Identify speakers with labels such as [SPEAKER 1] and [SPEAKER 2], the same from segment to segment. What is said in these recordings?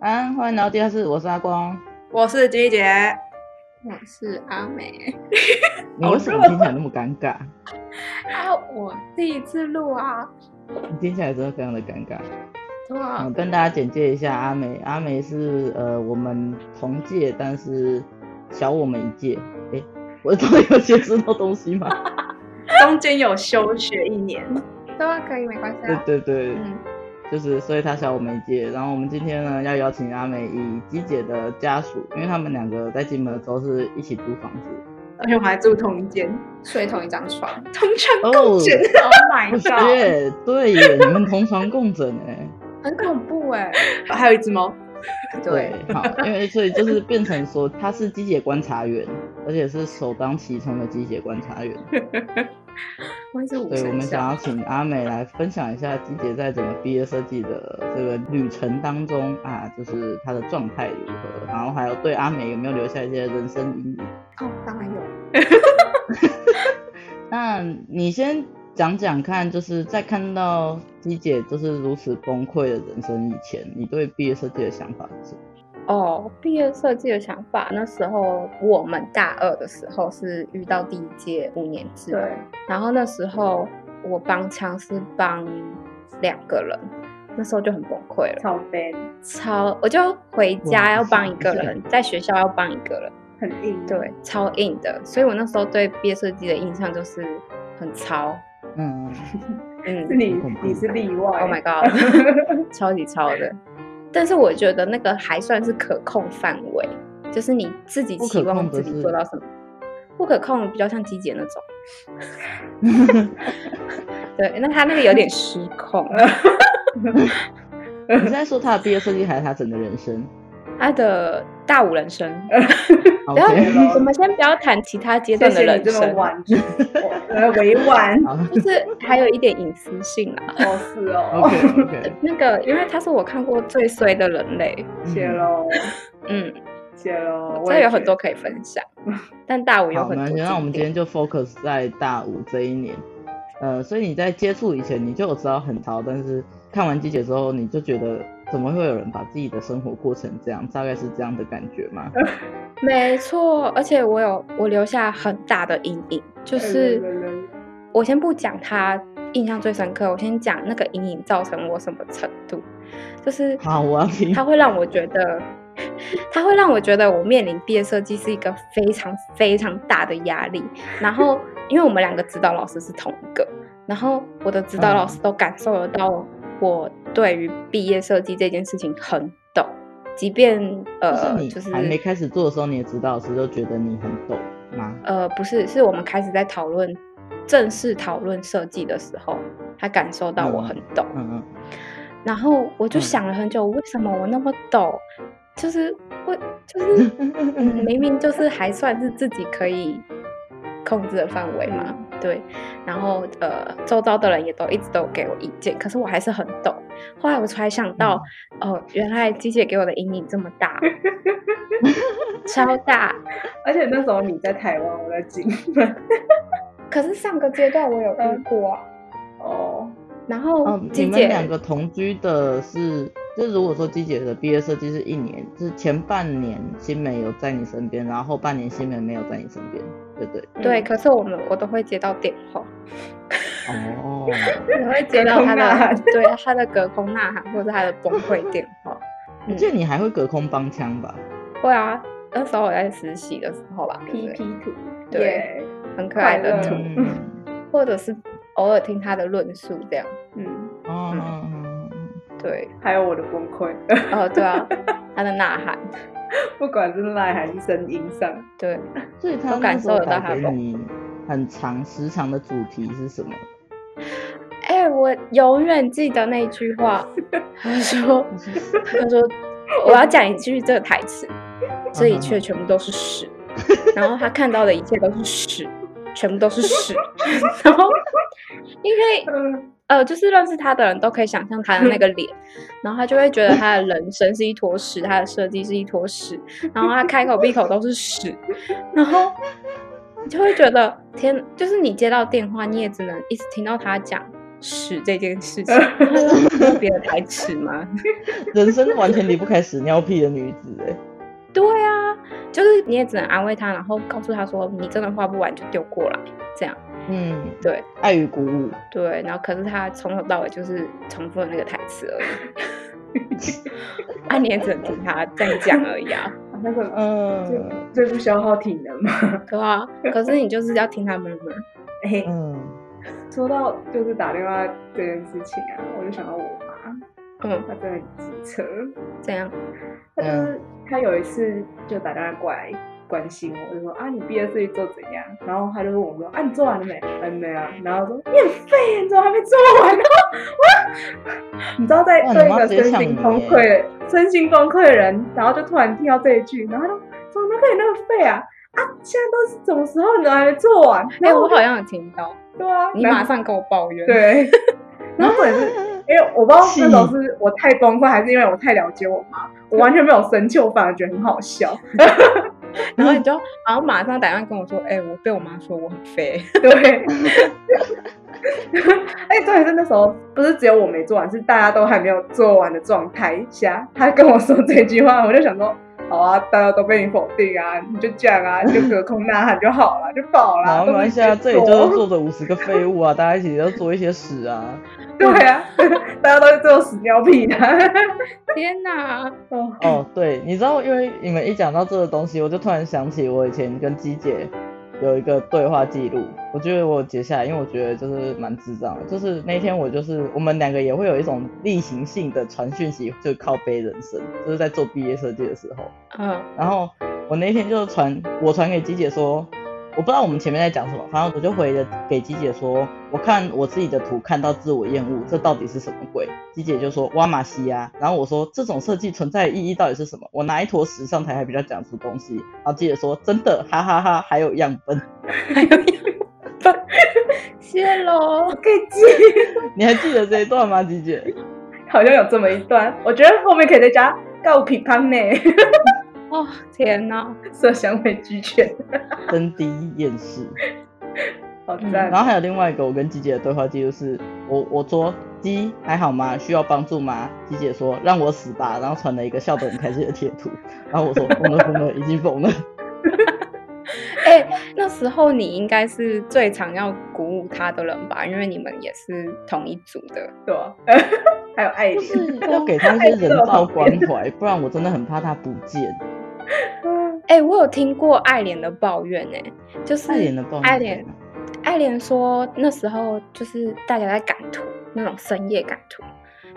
[SPEAKER 1] 安，欢啊迎来到地下室，我是阿光。
[SPEAKER 2] 我是姬姐，
[SPEAKER 3] 我是阿美哦
[SPEAKER 1] 你为什么听起来那么尴尬？
[SPEAKER 3] 啊，我第一次录啊，
[SPEAKER 1] 你听起来真的非常的尴尬。
[SPEAKER 3] 对
[SPEAKER 1] 嗯，
[SPEAKER 3] 啊，
[SPEAKER 1] 跟大家简介一下阿美，阿美是呃我们同届，但是小我们一届。诶，我真的有解释到东西吗？
[SPEAKER 2] 中间有休学一年，
[SPEAKER 3] 对啊，可以没关系
[SPEAKER 1] 对
[SPEAKER 3] 啊，
[SPEAKER 1] 对对，
[SPEAKER 3] 嗯，
[SPEAKER 1] 就是所以她小我们一届。然后我们今天呢要邀请阿美以姬姐的家属，因为他们两个在金门的时候是一起租房子。
[SPEAKER 2] 而且我们还住同一间，
[SPEAKER 3] 睡同一张床，
[SPEAKER 2] 同床
[SPEAKER 1] 哦
[SPEAKER 2] 共
[SPEAKER 3] 啊
[SPEAKER 2] 枕。Oh my
[SPEAKER 1] 不
[SPEAKER 2] god！
[SPEAKER 1] 是，对耶，你们同床共枕哎。
[SPEAKER 3] 很恐怖哎、
[SPEAKER 2] 还有一只猫，
[SPEAKER 3] 对，，
[SPEAKER 1] 好，因为所以就是变成说他是机械观察员，而且是首当其冲的机械观察员。
[SPEAKER 3] 我也是五
[SPEAKER 1] 对，我
[SPEAKER 3] 神
[SPEAKER 1] 们想
[SPEAKER 3] 教，
[SPEAKER 1] 要请阿美来分享一下机姐在整个毕业设计的这个旅程当中啊，就是她的状态如何，然后还有对阿美有没有留下一些人生阴影。
[SPEAKER 3] 哦，当然有，
[SPEAKER 1] 那你先讲讲看，就是在看到机姐就是如此崩溃的人生以前，你对毕业设计的想法是什么？
[SPEAKER 3] 哦，毕业设计的想法，那时候我们大二的时候是遇到第一届五年制，
[SPEAKER 2] 对，
[SPEAKER 3] 然后那时候我帮腔是帮两个人，那时候就很崩溃了，
[SPEAKER 2] 超 b
[SPEAKER 3] 超我就回
[SPEAKER 1] 哇
[SPEAKER 3] 家要帮一个
[SPEAKER 1] 这
[SPEAKER 3] 人，在学校要帮一个人，
[SPEAKER 2] 很硬。
[SPEAKER 3] 对，超硬的，所以我那时候对毕业设计的印象就是很超，
[SPEAKER 1] 嗯，
[SPEAKER 3] 嗯
[SPEAKER 2] 是 你
[SPEAKER 1] 很恐，怖
[SPEAKER 2] 你是例外。
[SPEAKER 3] ，Oh my god，超级超的，但是我觉得那个还算是可控范围，就是你自己
[SPEAKER 1] 不
[SPEAKER 3] 期
[SPEAKER 1] 可
[SPEAKER 3] 望
[SPEAKER 1] 控的
[SPEAKER 3] 自己
[SPEAKER 1] 是
[SPEAKER 3] 做到什么。不可控比较像机姐那种， 对，那他那个有点失控，
[SPEAKER 1] 你是在说她的毕业设计还是她整个人生？
[SPEAKER 3] 他的大五 人生，不要
[SPEAKER 1] OK
[SPEAKER 2] 了，
[SPEAKER 3] 我们先不要谈其他阶
[SPEAKER 2] 谢
[SPEAKER 3] 段的
[SPEAKER 2] 谢
[SPEAKER 3] 人
[SPEAKER 2] 你这么
[SPEAKER 3] 生，
[SPEAKER 2] 婉拒，我呃委 婉。
[SPEAKER 1] 好
[SPEAKER 3] 就是还有一点隐私性啦。
[SPEAKER 2] 哦，是哦，
[SPEAKER 1] ，OK OK，
[SPEAKER 3] 那个，因为他是我看过最衰的人类，
[SPEAKER 2] 谢喽，
[SPEAKER 3] 嗯，
[SPEAKER 2] 谢喽。我
[SPEAKER 3] 这
[SPEAKER 2] 也
[SPEAKER 3] 有很
[SPEAKER 2] 觉
[SPEAKER 3] 多
[SPEAKER 2] 得，
[SPEAKER 3] 可以分享，但大五有
[SPEAKER 1] 好，
[SPEAKER 3] 很
[SPEAKER 1] 没关
[SPEAKER 3] 多经
[SPEAKER 1] 系，
[SPEAKER 3] 典。
[SPEAKER 1] 那我们今天就 focus 在大五这一年。呃，所以你在接触以前，你就有知道很潮，但是看完机姐之后，你就觉得怎么会有人把自己的生活过成这样？大概是这样的感觉 吗？
[SPEAKER 3] 没错，而且我有我留下很大的阴影，
[SPEAKER 2] 哎
[SPEAKER 3] 就是我先不讲他印象最深刻，我先讲那个阴影造成我什么程度，就是
[SPEAKER 1] 好，我要听
[SPEAKER 3] 它。会让我觉得，它会让我觉得我面临毕业设计是一个非常非常大的压力。然后，因为我们两个指导老师是同一个，然后我的指导老
[SPEAKER 1] 嗯
[SPEAKER 3] 师都感受得到我对于毕业设计这件事情很懂，即便
[SPEAKER 1] 就是
[SPEAKER 3] 呃，
[SPEAKER 1] 你
[SPEAKER 3] 就是
[SPEAKER 1] 还没开始做的时候，你的指导老师就觉得你很懂吗？
[SPEAKER 3] 呃，不是，是我们开始在讨论正式讨论设计的时候，他感受到我
[SPEAKER 1] 嗯
[SPEAKER 3] 很懂。
[SPEAKER 1] 嗯嗯，
[SPEAKER 3] 然后我就
[SPEAKER 1] 嗯
[SPEAKER 3] 想了很久，为什么我那么抖？就是会，就是、 嗯、明明就是还算是自己可以控制的范围嘛，
[SPEAKER 1] 嗯
[SPEAKER 3] 对。然后呃，周遭的人也都一直都有给我意见，可是我还是很抖。后来我才想到，
[SPEAKER 1] 嗯
[SPEAKER 3] 哦、原来机姐给我的阴影这么 大，超大。
[SPEAKER 2] 而且那时候你在台湾，我在金门。
[SPEAKER 3] 可是上个阶段我有遇
[SPEAKER 2] 嗯
[SPEAKER 3] 过啊，
[SPEAKER 2] 哦，
[SPEAKER 3] 然后
[SPEAKER 1] 哦，你
[SPEAKER 3] 机
[SPEAKER 1] 们
[SPEAKER 3] 姐、
[SPEAKER 1] 两个同居的是，就是如果说机姐的毕业设计是一年，就是前半年新美有在你身边，然后后半年新美没有在你身边，对不对？
[SPEAKER 3] 对，
[SPEAKER 2] 嗯
[SPEAKER 3] 可是我们我都会接到电话。
[SPEAKER 1] 哦，
[SPEAKER 3] 你会接到
[SPEAKER 2] 隔空
[SPEAKER 3] 他
[SPEAKER 2] 呐喊
[SPEAKER 3] 的对他的隔空呐喊，或者他的崩溃电话。
[SPEAKER 2] 嗯
[SPEAKER 1] 我记得你还会隔空帮腔吧？
[SPEAKER 3] 会啊，那时候我在实习的时候吧，对
[SPEAKER 2] P
[SPEAKER 3] 不
[SPEAKER 2] P 图，
[SPEAKER 3] 对
[SPEAKER 2] 耶，
[SPEAKER 3] 对很可爱的
[SPEAKER 2] 快
[SPEAKER 3] 图
[SPEAKER 2] 乐，
[SPEAKER 1] 嗯，
[SPEAKER 3] 或者是偶尔听他的论述这样。
[SPEAKER 2] 嗯，
[SPEAKER 1] 哦，
[SPEAKER 3] 对，
[SPEAKER 2] 还有我的崩溃，
[SPEAKER 3] 哦对 啊，他的呐喊，
[SPEAKER 2] 不管是赖还是声音上，
[SPEAKER 3] 对，
[SPEAKER 1] 所以他
[SPEAKER 3] 都
[SPEAKER 1] 那
[SPEAKER 3] 感
[SPEAKER 1] 时候
[SPEAKER 3] 受得到
[SPEAKER 1] 打
[SPEAKER 3] 他
[SPEAKER 1] 给
[SPEAKER 3] 的
[SPEAKER 1] 你很长时长的主题是什么？
[SPEAKER 3] 哎、我永远记得那句话，他说他说我要讲一句这个台词，这一
[SPEAKER 2] 嗯
[SPEAKER 3] 切全部都是屎，然后他看到的一切都是屎，全部都是屎， 然后因
[SPEAKER 1] 哎
[SPEAKER 3] 为
[SPEAKER 2] 嗯，
[SPEAKER 3] 呃，就是认识他的人都可以想象他的那个脸，然后他就会觉得他的人生是一坨屎，他的设计是一坨屎，然后他开口闭口都是屎，然后你就会觉得天，就是你接到电话，你也只能一直听到他讲屎这件事情，特别排斥吗？
[SPEAKER 1] 人生完全离不开屎尿屁的女子、 欸，哎，
[SPEAKER 3] 对啊，就是你也只能安慰她，然后告诉她说你真的画不完就丢过来，这样
[SPEAKER 1] 嗯，
[SPEAKER 3] 对
[SPEAKER 1] 爱与鼓舞，
[SPEAKER 3] 对。然后可是她从头到尾就是重复了那个台词而已， 啊，你也只能听她这样讲而已 啊。
[SPEAKER 2] 啊那个
[SPEAKER 1] 嗯
[SPEAKER 2] 最不消耗体能嘛。
[SPEAKER 3] 可啊，可是你就是要听她妈妈。
[SPEAKER 2] 哎、
[SPEAKER 1] 嗯，
[SPEAKER 2] 说到就是打电话这件事情啊，我就想到我妈，
[SPEAKER 3] 嗯，
[SPEAKER 2] 她真的很机车。
[SPEAKER 3] 这样，
[SPEAKER 2] 她
[SPEAKER 1] 嗯
[SPEAKER 2] 就是她有一次就打电话过来关心我，就说啊你毕业设计做怎样？然后她就问我说啊你做完了没？嗯没啊。然后说你很废，啊你怎么还没做完呢？ 我你知道在
[SPEAKER 1] 哇
[SPEAKER 2] 对
[SPEAKER 1] 你
[SPEAKER 2] 一
[SPEAKER 1] 妈
[SPEAKER 2] 个
[SPEAKER 1] 直接
[SPEAKER 2] 身
[SPEAKER 1] 呛
[SPEAKER 2] 心
[SPEAKER 1] 你
[SPEAKER 2] 崩
[SPEAKER 1] 耶
[SPEAKER 2] 溃的身心崩溃的人，然后就突然听到这一句，然后她就怎么可以那么废啊？啊现在都是什么时候你都还没做完？
[SPEAKER 3] 哎、
[SPEAKER 2] 然后
[SPEAKER 3] 我好像有听到，
[SPEAKER 2] 对啊，
[SPEAKER 3] 你
[SPEAKER 2] 然后
[SPEAKER 3] 马上跟我抱怨。，
[SPEAKER 2] 对，然后重点 是，因为我不知道那时候是我太崩溃，还是因为我太了解我妈，我完全没有生气，我反而觉得很好笑。
[SPEAKER 3] 然后你就，然后马上打电话跟我说，哎、我被我妈说我很废。
[SPEAKER 2] 对， 哎，重点是那时候不是只有我没做完，是大家都还没有做完的状态下，她跟我说这句话，我就想说。好啊，大家都被你否定啊，你就这样啊，你就隔空呐喊就好了，就饱
[SPEAKER 1] 好，
[SPEAKER 2] 了。
[SPEAKER 1] 没
[SPEAKER 2] 都
[SPEAKER 1] 关系啊，这里就是坐着五十个废物啊， 大家一起要做一些屎啊，
[SPEAKER 2] 对啊， 大家都是做屎尿屁的。
[SPEAKER 3] 天哪！
[SPEAKER 2] 啊哦，
[SPEAKER 1] 哦，对，你知道，因为你们一讲到这个东西，我就突然想起我以前跟鸡姐有一个对话记录，我觉得我有截下来，因为我觉得就是蛮智障的。就是那天我就是我们两个也会有一种例行性的传讯息，就靠背人生，就是在做毕业设计的时候。
[SPEAKER 3] 嗯
[SPEAKER 1] 然后我那天就传我传给鸡姐说，我不知道我们前面在讲什么，反正我就回了给鸡姐说，我看我自己的图看到自我厌恶，这到底是什么鬼？鸡姐就说哇马西啊，然后我说这种设计存在的意义到底是什么？我拿一坨屎上台还比较讲出东西，然后鸡姐说真的，哈哈哈还有样本，
[SPEAKER 3] 还有 谢喽
[SPEAKER 2] 我。可以接。
[SPEAKER 1] 你还记得这一段吗？鸡姐，
[SPEAKER 2] 好像有这么一段，我觉得后面可以再加告批判呢，
[SPEAKER 3] 哦，天哪！
[SPEAKER 2] 色香味俱全，
[SPEAKER 1] 真低厌世。
[SPEAKER 2] 好
[SPEAKER 3] 嗯
[SPEAKER 2] 赞、
[SPEAKER 1] 然后还有另外一个我跟鸡姐的对话记录是，我我说鸡还好吗？需要帮助吗？鸡姐说让我死吧，然后传了一个笑得很开心的贴图，然后我说疯了疯了，已经疯了。
[SPEAKER 3] 哎、那时候你应该是最常要鼓舞他的人吧？因为你们也是同一组的。
[SPEAKER 2] 对吧？ 还有 爱
[SPEAKER 1] 就
[SPEAKER 2] 莲，
[SPEAKER 1] 是要给他一些人道关怀，不然我真的很怕他不见。
[SPEAKER 3] 哎、我有听过爱莲的抱怨、哎，就是
[SPEAKER 1] 爱莲的抱怨，
[SPEAKER 3] 爱莲爱莲说那时候就是大家在赶图，那种深夜赶图，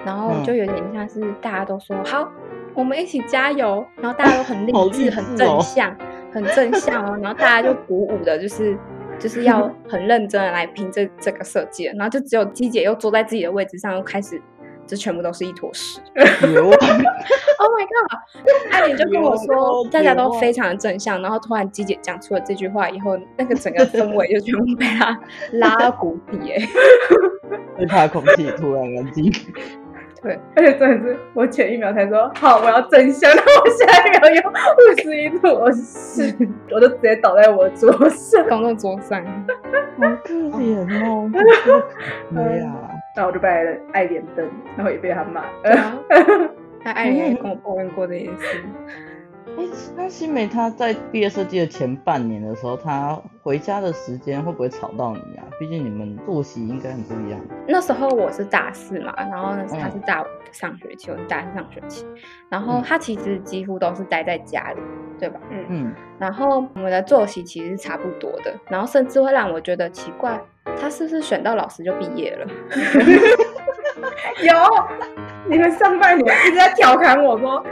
[SPEAKER 3] 然后
[SPEAKER 1] 嗯
[SPEAKER 3] 就有点像是大家都说、好，我们一起加油，然后大家都很
[SPEAKER 1] 好
[SPEAKER 3] 励
[SPEAKER 1] 励
[SPEAKER 3] 志、
[SPEAKER 1] 志
[SPEAKER 3] 很
[SPEAKER 1] 哦
[SPEAKER 3] 正向、很正向哦，然后大家就鼓舞的，就是就是 要很认真的来拼这这个设计了，然后就只有鸡姐又坐在自己的位置上，又开始。就全部都是一坨屎
[SPEAKER 1] 绝望，
[SPEAKER 3] ！Oh my god！爱莲就跟我
[SPEAKER 1] 绝
[SPEAKER 3] 说，
[SPEAKER 1] 望
[SPEAKER 3] 大家都
[SPEAKER 1] 绝望
[SPEAKER 3] 非常的正向，然后突然鸡姐讲出了这句话以后，那个整个氛围就全部被 她拉到谷底、哎，
[SPEAKER 1] 最怕空气突然安静。
[SPEAKER 3] 对，
[SPEAKER 2] 而且真的是我前一秒才说好我要真相，然后我下一秒又五十一度，我是我就直接倒在我的桌上，
[SPEAKER 3] 工作桌上。
[SPEAKER 1] 好可怜哦，好可悲 啊！
[SPEAKER 2] 然后我就被爱莲瞪，然后也被他骂，
[SPEAKER 3] 对啊，那爱人也跟我抱怨过这件事。
[SPEAKER 1] 哎，那新梅她在毕业设计的前半年的时候，她回家的时间会不会吵到你啊？毕竟你们作息应该很不一样。
[SPEAKER 3] 那时候我是大四嘛，然后呢他是大五的上学期，我是大一上学期，然后
[SPEAKER 1] 嗯
[SPEAKER 3] 他其实几乎都是待在家里，对吧？
[SPEAKER 2] 嗯，
[SPEAKER 1] 嗯，
[SPEAKER 3] 然后我们的作息其实是差不多的，然后甚至会让我觉得奇怪，他是不是选到老师就毕业了？
[SPEAKER 2] 有。你们上半年一直在调侃我说，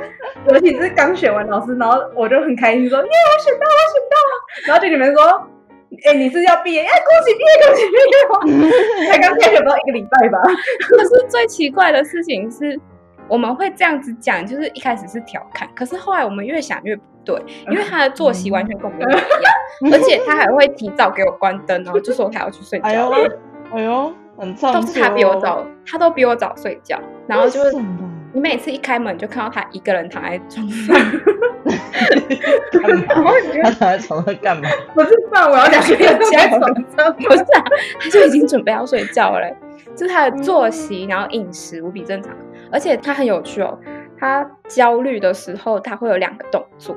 [SPEAKER 2] 尤其是刚选完老师，然后我就很开心说，耶，我选到，我选到了。然后就你们说，哎、你是要毕业？哎、恭喜毕业，恭喜毕业！才刚开学不到一个礼拜吧？
[SPEAKER 3] 可是最奇怪的事情是，我们会这样子讲，就是一开始是调侃，可是后来我们越想越不对，
[SPEAKER 1] 嗯
[SPEAKER 3] 因为他的作息完全跟我们不一样，而且他还会提早给我关灯，然后就说他要去睡
[SPEAKER 1] 哎
[SPEAKER 3] 觉
[SPEAKER 1] 呦
[SPEAKER 3] 了。，
[SPEAKER 1] 哎呦，很畅哦
[SPEAKER 3] 都是他比我 早，他都比我早睡觉，然后就
[SPEAKER 1] 为
[SPEAKER 3] 是
[SPEAKER 1] 什么
[SPEAKER 3] 你每次一开门就看到他一个人躺在床上，
[SPEAKER 1] 干
[SPEAKER 2] 然
[SPEAKER 1] 嘛？
[SPEAKER 2] 后你觉
[SPEAKER 1] 她
[SPEAKER 2] 得
[SPEAKER 1] 躺在床上干嘛？
[SPEAKER 2] 不是饭，我要两个人起来床上。
[SPEAKER 3] 不是、啊，他就已经准备要睡觉了欸、就是他的作息，然后饮食无比正常，而且他很有趣哦。他焦虑的时候，他会有两个动作。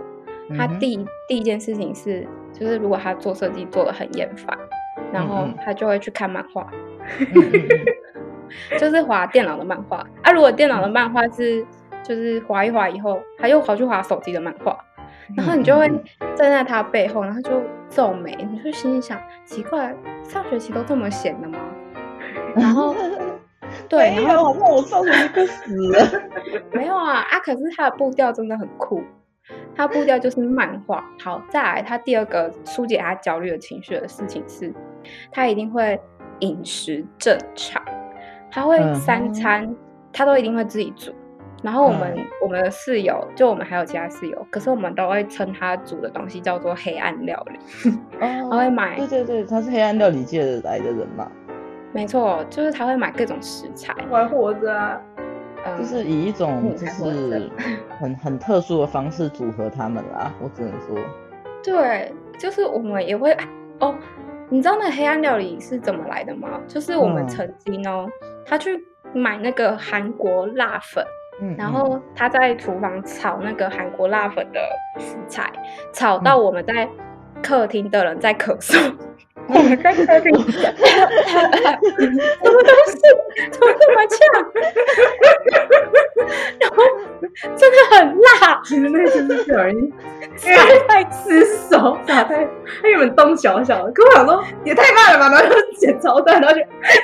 [SPEAKER 3] 他
[SPEAKER 1] 嗯哼
[SPEAKER 3] 第一第一件事情是，就是如果他做设计做的很厌烦，然后
[SPEAKER 1] 嗯嗯
[SPEAKER 3] 他就会去看漫画，
[SPEAKER 1] 嗯嗯嗯
[SPEAKER 3] 就是划电脑的漫画。啊，如果电脑的漫画是就是划一划以后，他又跑去划手机的漫画，然后你就会
[SPEAKER 1] 嗯
[SPEAKER 3] 站在他背后，然后就皱眉，你就心里想：奇怪，上学期都这么闲的吗？ 然 后对，
[SPEAKER 1] 没
[SPEAKER 3] 然后
[SPEAKER 1] 有，那我上学就快死了。
[SPEAKER 3] 没有啊啊！可是他的步调真的很酷，他步
[SPEAKER 1] 嗯
[SPEAKER 3] 调就是漫画。好，再来，他第二个疏解他焦虑的情绪的事情是，他一定会饮食正常，他会
[SPEAKER 1] 嗯
[SPEAKER 3] 三
[SPEAKER 1] 哼
[SPEAKER 3] 餐、他都一定会自己煮。然后我们、
[SPEAKER 1] 嗯
[SPEAKER 3] 我们的室友，就我们还有其他室友，可是我们都会称他煮的东西叫做黑暗料理。
[SPEAKER 1] 哦
[SPEAKER 3] 他会买嗯
[SPEAKER 1] 对对对，他是黑暗料理界的来的人嘛，
[SPEAKER 3] 没错，就是他会买各种食材，
[SPEAKER 2] 我还活着啊，
[SPEAKER 3] 嗯，
[SPEAKER 1] 就是以一种
[SPEAKER 3] 嗯
[SPEAKER 1] 就
[SPEAKER 3] 还活着
[SPEAKER 1] 是很很特殊的方式组合他们啦。我只能说，
[SPEAKER 3] 对，就是我们也会哦。你知道那黑暗料理是怎么来的吗？就是我们
[SPEAKER 1] 嗯
[SPEAKER 3] 曾经哦，他去买那个韩国辣粉，
[SPEAKER 1] 嗯，
[SPEAKER 3] 然
[SPEAKER 1] 嗯
[SPEAKER 3] 后他在厨房炒那个韩国辣粉的食材，炒到
[SPEAKER 1] 嗯
[SPEAKER 3] 我们在客厅的人在咳嗽，我们在客厅，什么东西？怎么这么呛？ 然后真的很辣，
[SPEAKER 2] 其实那就是不小 心
[SPEAKER 3] 撒太
[SPEAKER 2] 失手撒太，他原本洞小小的，可我想说也太慢了吧，然后就剪超短，然后就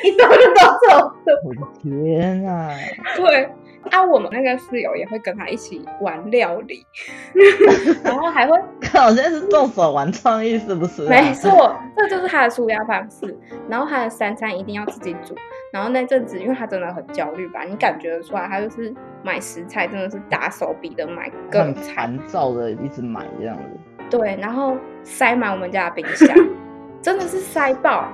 [SPEAKER 2] 一刀就刀走的，
[SPEAKER 1] 我的天啊，
[SPEAKER 3] 对啊，我们那个室友也会跟他一起玩料理， 然后还会
[SPEAKER 1] 看我现在是动手玩创意是不是啊？
[SPEAKER 3] 没错，这就是他的舒压方式。然后他的三餐一定要自己煮。然后那阵子，因为他真的很焦虑吧，你感觉得出来，他就是买食材真的是打手笔的买各种
[SPEAKER 1] 很
[SPEAKER 3] 菜，
[SPEAKER 1] 烦躁的一直买这样子。
[SPEAKER 3] 对，然后塞满我们家的冰箱，真的是塞 爆。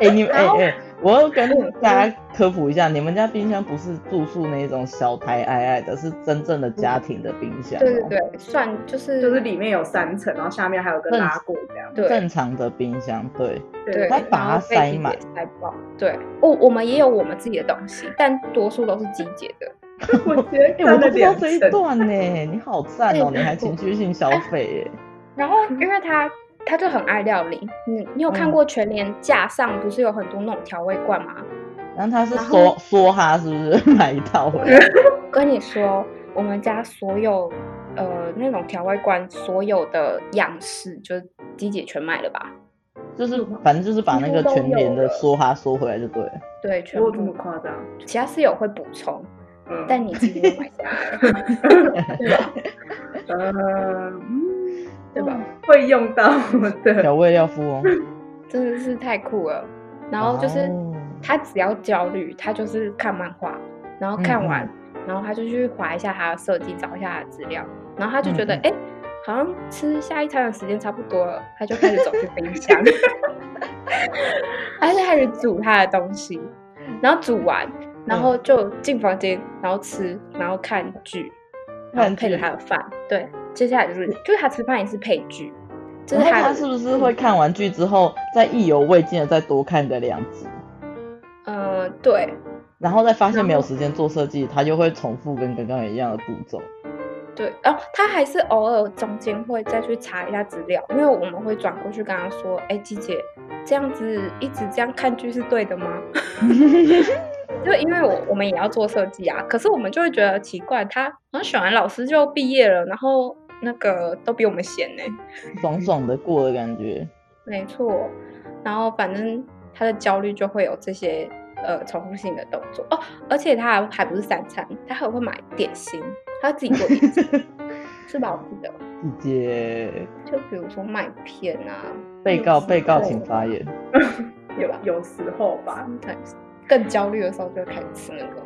[SPEAKER 1] 哎、你们哎
[SPEAKER 3] 然后
[SPEAKER 1] 哎、我要跟
[SPEAKER 3] 嗯
[SPEAKER 1] 大家科普一下，你们家冰箱不是住宿那种小台矮矮的，是真正的家庭的冰箱、哦，
[SPEAKER 3] 对对对，算就 是
[SPEAKER 2] 就是里面有三层，然后下面还有个拉过这样，
[SPEAKER 3] 对
[SPEAKER 1] 正常的冰箱，对，
[SPEAKER 3] 对，
[SPEAKER 1] 他把
[SPEAKER 3] 然
[SPEAKER 1] 它
[SPEAKER 3] 后被
[SPEAKER 1] 塞
[SPEAKER 3] 机姐
[SPEAKER 1] 满
[SPEAKER 3] 塞爆。对，我我们也有我们自己的东西，但多数都是机姐的。
[SPEAKER 2] 我觉得
[SPEAKER 1] 哎、我
[SPEAKER 2] 看
[SPEAKER 1] 不知道
[SPEAKER 2] 了脸
[SPEAKER 1] 这一
[SPEAKER 2] 神
[SPEAKER 1] 段呢、你好赞哦、
[SPEAKER 3] 哎
[SPEAKER 1] 你还情绪性消费、
[SPEAKER 3] 然后因为他他就很爱料理，你你有看
[SPEAKER 1] 嗯
[SPEAKER 3] 过全联架上不是有很多那种调味罐吗？
[SPEAKER 1] 哎，然后他是
[SPEAKER 3] 然后
[SPEAKER 1] 说说哈是不是 买一套回来？
[SPEAKER 3] 跟你说，我们家所有呃那种调味罐所有的样式，就是鸡姐全买了吧？
[SPEAKER 1] 就是反正就是把那个全联的说哈说回来就对了。
[SPEAKER 3] 对，全
[SPEAKER 2] 我有这么
[SPEAKER 3] 部。
[SPEAKER 2] 夸张？
[SPEAKER 3] 其他室友会补充，
[SPEAKER 2] 嗯，
[SPEAKER 3] 但你自己就买下来了， 对吧？
[SPEAKER 2] 呃嗯，
[SPEAKER 3] 对吧？嗯
[SPEAKER 2] 会用到我的，
[SPEAKER 1] 调味料夫哦，
[SPEAKER 3] 真的是太酷了。然后就是
[SPEAKER 1] 哦
[SPEAKER 3] 他只要焦虑，他就是看漫画，然后看完，
[SPEAKER 1] 嗯
[SPEAKER 3] 然后他就去划一下他的设计，找一下他的资料，然后他就觉得
[SPEAKER 1] 嗯
[SPEAKER 3] 哎、诶好像吃下一餐的时间差不多了，他就开始走去冰箱， 他就开始煮他的东西，然后煮完，然后
[SPEAKER 1] 嗯
[SPEAKER 3] 就进房间，然后吃，然后看剧，然后
[SPEAKER 1] 看
[SPEAKER 3] 配着
[SPEAKER 1] 剧嗯
[SPEAKER 3] 他的饭，对，接下来就是就是他吃饭也是配剧，就
[SPEAKER 1] 然后
[SPEAKER 3] 是他
[SPEAKER 1] 他
[SPEAKER 3] 的
[SPEAKER 1] 是不是会看完剧之后再意犹未尽的再多看个两集？
[SPEAKER 3] 呃对，
[SPEAKER 1] 然后再发现
[SPEAKER 2] 然
[SPEAKER 1] 没有
[SPEAKER 2] 后
[SPEAKER 1] 时间做设计，他就会重复跟刚刚一样的步骤。
[SPEAKER 3] 对，哦，他还是偶尔中间会再去查一下资料，因为我们会转过去跟他说：“哎，季姐，这样子一直这样看剧是对的吗？” 就因为我我们也要做设计啊，可是我们就会觉得奇怪，他好像选完老师就毕业了，然后那个都比我们闲呢、
[SPEAKER 1] 爽爽的过的感觉。
[SPEAKER 3] 没错，然后反正他的焦虑就会有这些呃重复性的动作哦，而且他还还不是三餐，他还会买点心，他自己做点心，是吧？我记得。
[SPEAKER 1] 姐姐，
[SPEAKER 3] 就比如说麦片啊，
[SPEAKER 1] 被告被告，
[SPEAKER 3] 对
[SPEAKER 1] 请发言。
[SPEAKER 2] 有有时候吧，
[SPEAKER 3] sometimes 更焦虑的时候就会开始吃那个。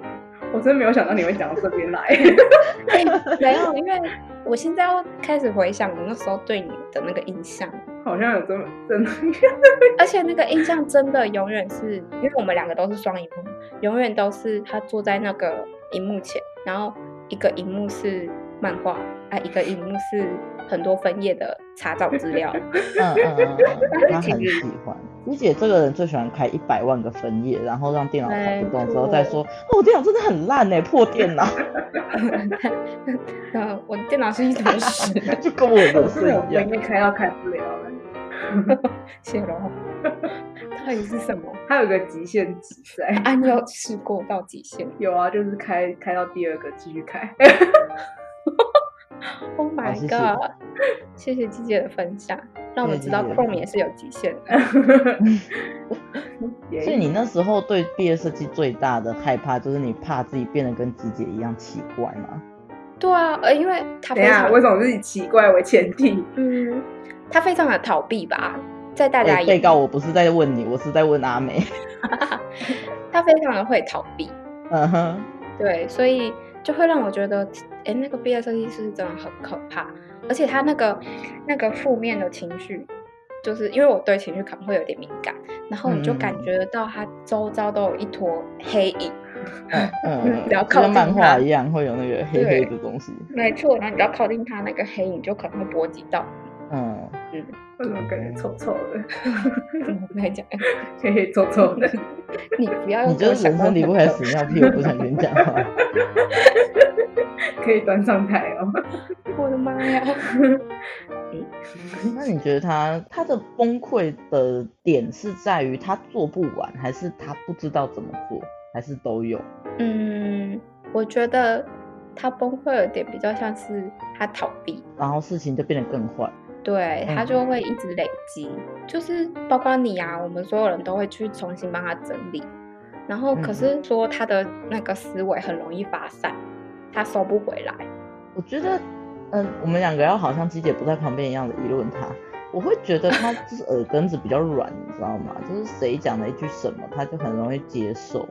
[SPEAKER 2] 我真没有想到你会讲到这边来，
[SPEAKER 3] 哎没有，因为我现在要开始回想我那时候对你的那个印象，
[SPEAKER 2] 好像有这么真的，
[SPEAKER 3] 而且那个印象真的永远是，因为我们两个都是双荧幕，永远都是他坐在那个荧幕前，然后一个荧幕是漫画啊，一个荧幕是很多分页的查找资料。
[SPEAKER 1] 嗯嗯嗯，嗯他
[SPEAKER 3] 其
[SPEAKER 1] 很
[SPEAKER 3] 实
[SPEAKER 1] 喜欢。师姐这个人最喜欢开一百万个分页，然后让电脑跑不动之后
[SPEAKER 3] 没错
[SPEAKER 1] 再说，哦，我电脑真的很烂哎，破电脑，
[SPEAKER 3] 嗯，我电脑是一坨屎，
[SPEAKER 1] 就跟我们
[SPEAKER 2] 是
[SPEAKER 1] 是
[SPEAKER 2] 有
[SPEAKER 1] 一样
[SPEAKER 2] 分。页开到开不了了。
[SPEAKER 3] 谢龙， 到底是什么？
[SPEAKER 2] 它有个极限值在，
[SPEAKER 3] 啊，你有试过到极限
[SPEAKER 2] 有啊，就是开开到第二个继续 开。
[SPEAKER 3] ？Oh
[SPEAKER 1] 好
[SPEAKER 3] my
[SPEAKER 1] 谢谢
[SPEAKER 3] god！谢 谢季姐的分享，让我们知道
[SPEAKER 1] 谢谢
[SPEAKER 3] Chrome 也是有极限的。
[SPEAKER 2] 也
[SPEAKER 1] 所以你那时候对毕业设计最大的害怕，就是你怕自己变得跟子姐一样奇怪嘛？
[SPEAKER 3] 对啊，呃，因为他
[SPEAKER 2] 等
[SPEAKER 3] 非
[SPEAKER 2] 一
[SPEAKER 3] 常
[SPEAKER 2] 下，为什么是以奇怪为前提？
[SPEAKER 3] 嗯，他非常的逃避吧，在大家
[SPEAKER 1] 哎被
[SPEAKER 3] 眼
[SPEAKER 1] 告，我不是在问你，我是在问阿美。
[SPEAKER 3] 他非常的会逃避，
[SPEAKER 1] 嗯哼，
[SPEAKER 3] 对，所以就会让我觉得，哎，那个毕业设计师真的很可怕，而且他那个那个负面的情绪，就是因为我对情绪可能会有点敏感，然后你就感
[SPEAKER 1] 嗯
[SPEAKER 3] 觉得到他周遭都有一坨黑影，
[SPEAKER 1] 嗯嗯，
[SPEAKER 3] 不要
[SPEAKER 1] 就
[SPEAKER 3] 靠
[SPEAKER 1] 跟
[SPEAKER 3] 近
[SPEAKER 1] 漫
[SPEAKER 3] 他
[SPEAKER 1] 画一样，会有那个黑黑的东西。
[SPEAKER 3] 没错，然后你只要靠近他那个黑影，就可能会波及到。
[SPEAKER 1] 嗯，
[SPEAKER 2] 为什么感觉臭臭的，
[SPEAKER 3] 我跟你讲，
[SPEAKER 2] 嘿嘿，臭臭的？
[SPEAKER 3] 你不要用
[SPEAKER 1] 你
[SPEAKER 3] 这个
[SPEAKER 1] 就是
[SPEAKER 3] 想
[SPEAKER 1] 人
[SPEAKER 3] 到
[SPEAKER 1] 生离
[SPEAKER 3] 很
[SPEAKER 1] 不开
[SPEAKER 3] 可
[SPEAKER 1] 屎尿屁，我不想跟你讲话。
[SPEAKER 2] 可以端上台哦。
[SPEAKER 3] 我的妈呀！
[SPEAKER 1] 那你觉得他他的崩溃的点是在于他做不完，还是他不知道怎么做，还是都有？
[SPEAKER 3] 嗯，我觉得他崩溃的点比较像是他逃避，
[SPEAKER 1] 然后事情就变得更坏。
[SPEAKER 3] 对他
[SPEAKER 1] 嗯
[SPEAKER 3] 就会一直累积，就是包括你啊，我们所有人都会去重新帮他整理。然后可
[SPEAKER 1] 嗯
[SPEAKER 3] 是说他的那个思维很容易发散，他收不回来。
[SPEAKER 1] 我觉得，嗯、我们两个要好像鸡姐不在旁边一样的议论他。我会觉得他就是 耳根子比较软，你知道吗？就是谁讲了一句什么，他就很容易接受。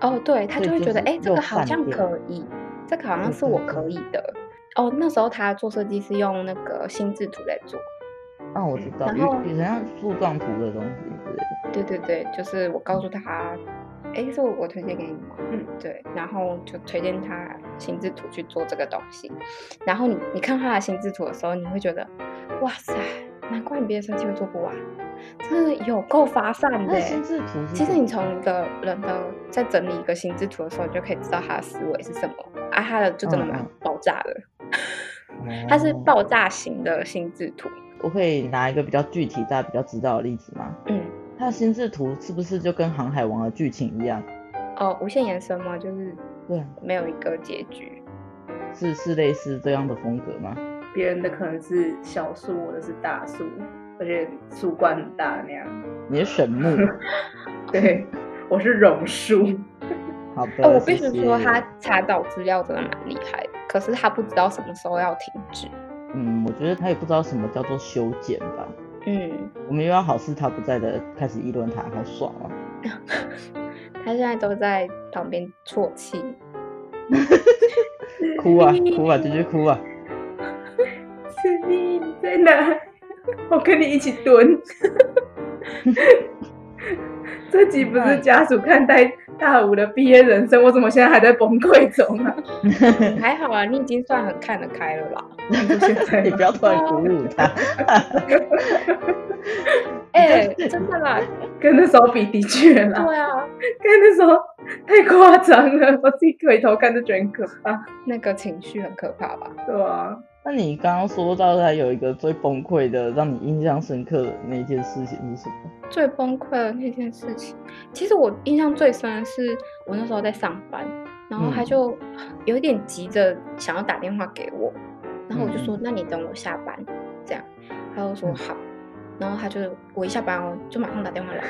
[SPEAKER 3] 哦，对，他
[SPEAKER 1] 对
[SPEAKER 3] 就会
[SPEAKER 1] 就
[SPEAKER 3] 觉得，
[SPEAKER 1] 是
[SPEAKER 3] 哎、这
[SPEAKER 1] 又
[SPEAKER 3] 个好
[SPEAKER 1] 散
[SPEAKER 3] 像
[SPEAKER 1] 掉
[SPEAKER 3] 可以，这个好像
[SPEAKER 1] 对
[SPEAKER 3] 是
[SPEAKER 1] 对
[SPEAKER 3] 我
[SPEAKER 1] 对
[SPEAKER 3] 可以的。哦，那时候他做设计是用那个心智图在做，
[SPEAKER 1] 啊，我知道，
[SPEAKER 3] 嗯然
[SPEAKER 1] 有
[SPEAKER 3] 后
[SPEAKER 1] 有像树状图的东西之类的。
[SPEAKER 3] 对对对，就是我告诉他，哎，是我我推荐给你吗？
[SPEAKER 2] 嗯，
[SPEAKER 3] 对，然后就推荐他心智图去做这个东西。然后你你看他的心智图的时候，你会觉得，哇塞，难怪你毕业设计会做不完，真的有够发散的
[SPEAKER 1] 那
[SPEAKER 3] 欸。
[SPEAKER 1] 心智图是
[SPEAKER 3] 其实
[SPEAKER 1] 什么
[SPEAKER 3] 你从一个人的在整理一个心智图的时候，你就可以知道他的思维是什么，啊，他的就真的
[SPEAKER 1] 嗯
[SPEAKER 3] 蛮
[SPEAKER 1] 嗯
[SPEAKER 3] 爆炸的，他是
[SPEAKER 1] 哦
[SPEAKER 3] 爆炸型的心智图。
[SPEAKER 1] 我可以拿一个比较具体、大家比较知道的例子吗？
[SPEAKER 3] 嗯，
[SPEAKER 1] 他的心智图是不是就跟《航海王》的剧情一样？
[SPEAKER 3] 哦，无限延伸嘛，就是
[SPEAKER 1] 对，啊
[SPEAKER 3] 没有一个结局。
[SPEAKER 1] 是是类似这样的风格吗？
[SPEAKER 2] 别人的可能是小树，我的是大树，而且树冠很大那样。
[SPEAKER 1] 你是神木，
[SPEAKER 2] 对，我是榕树。
[SPEAKER 1] 好的。
[SPEAKER 3] 哦，我必须
[SPEAKER 1] 谢谢
[SPEAKER 3] 说，他查找资料真的蛮厉害的，可是他不知道什么时候要停止。
[SPEAKER 1] 嗯，我觉得他也不知道什么叫做修剪吧。
[SPEAKER 3] 嗯，
[SPEAKER 1] 我们又要好事他不在的开始议论他，好爽哦、啊！
[SPEAKER 3] 他现在都在旁边啜泣。
[SPEAKER 1] 哭啊哭啊，继续哭啊！
[SPEAKER 2] 是你你在哪？我跟你一起蹲。 这集不是家属看待大五的毕业人生，我怎么现在还在崩溃中啊？
[SPEAKER 3] 还好啊，你已经算很看得开了啦。
[SPEAKER 2] 就现在
[SPEAKER 1] 你不要突然鼓舞他，
[SPEAKER 3] 哎、真的啦，
[SPEAKER 2] 跟那时候比，的确啦，
[SPEAKER 3] 对啊，
[SPEAKER 2] 跟那时候太夸张了，我自己回头看就觉得很可怕，
[SPEAKER 3] 那个情绪很可怕吧？
[SPEAKER 2] 对啊？
[SPEAKER 1] 那你刚刚说到他有一个最崩溃的、让你印象深刻的那件事情是什么？
[SPEAKER 3] 最崩溃的那件事情，其实我印象最深的是我那时候在上班，然后他
[SPEAKER 1] 嗯
[SPEAKER 3] 就有点急着想要打电话给我，然后我就说：“
[SPEAKER 1] 嗯
[SPEAKER 3] 那你等我下班。”这样，他就说：“
[SPEAKER 1] 嗯
[SPEAKER 3] 好。”然后他就我一下班哦，就马上打电话来，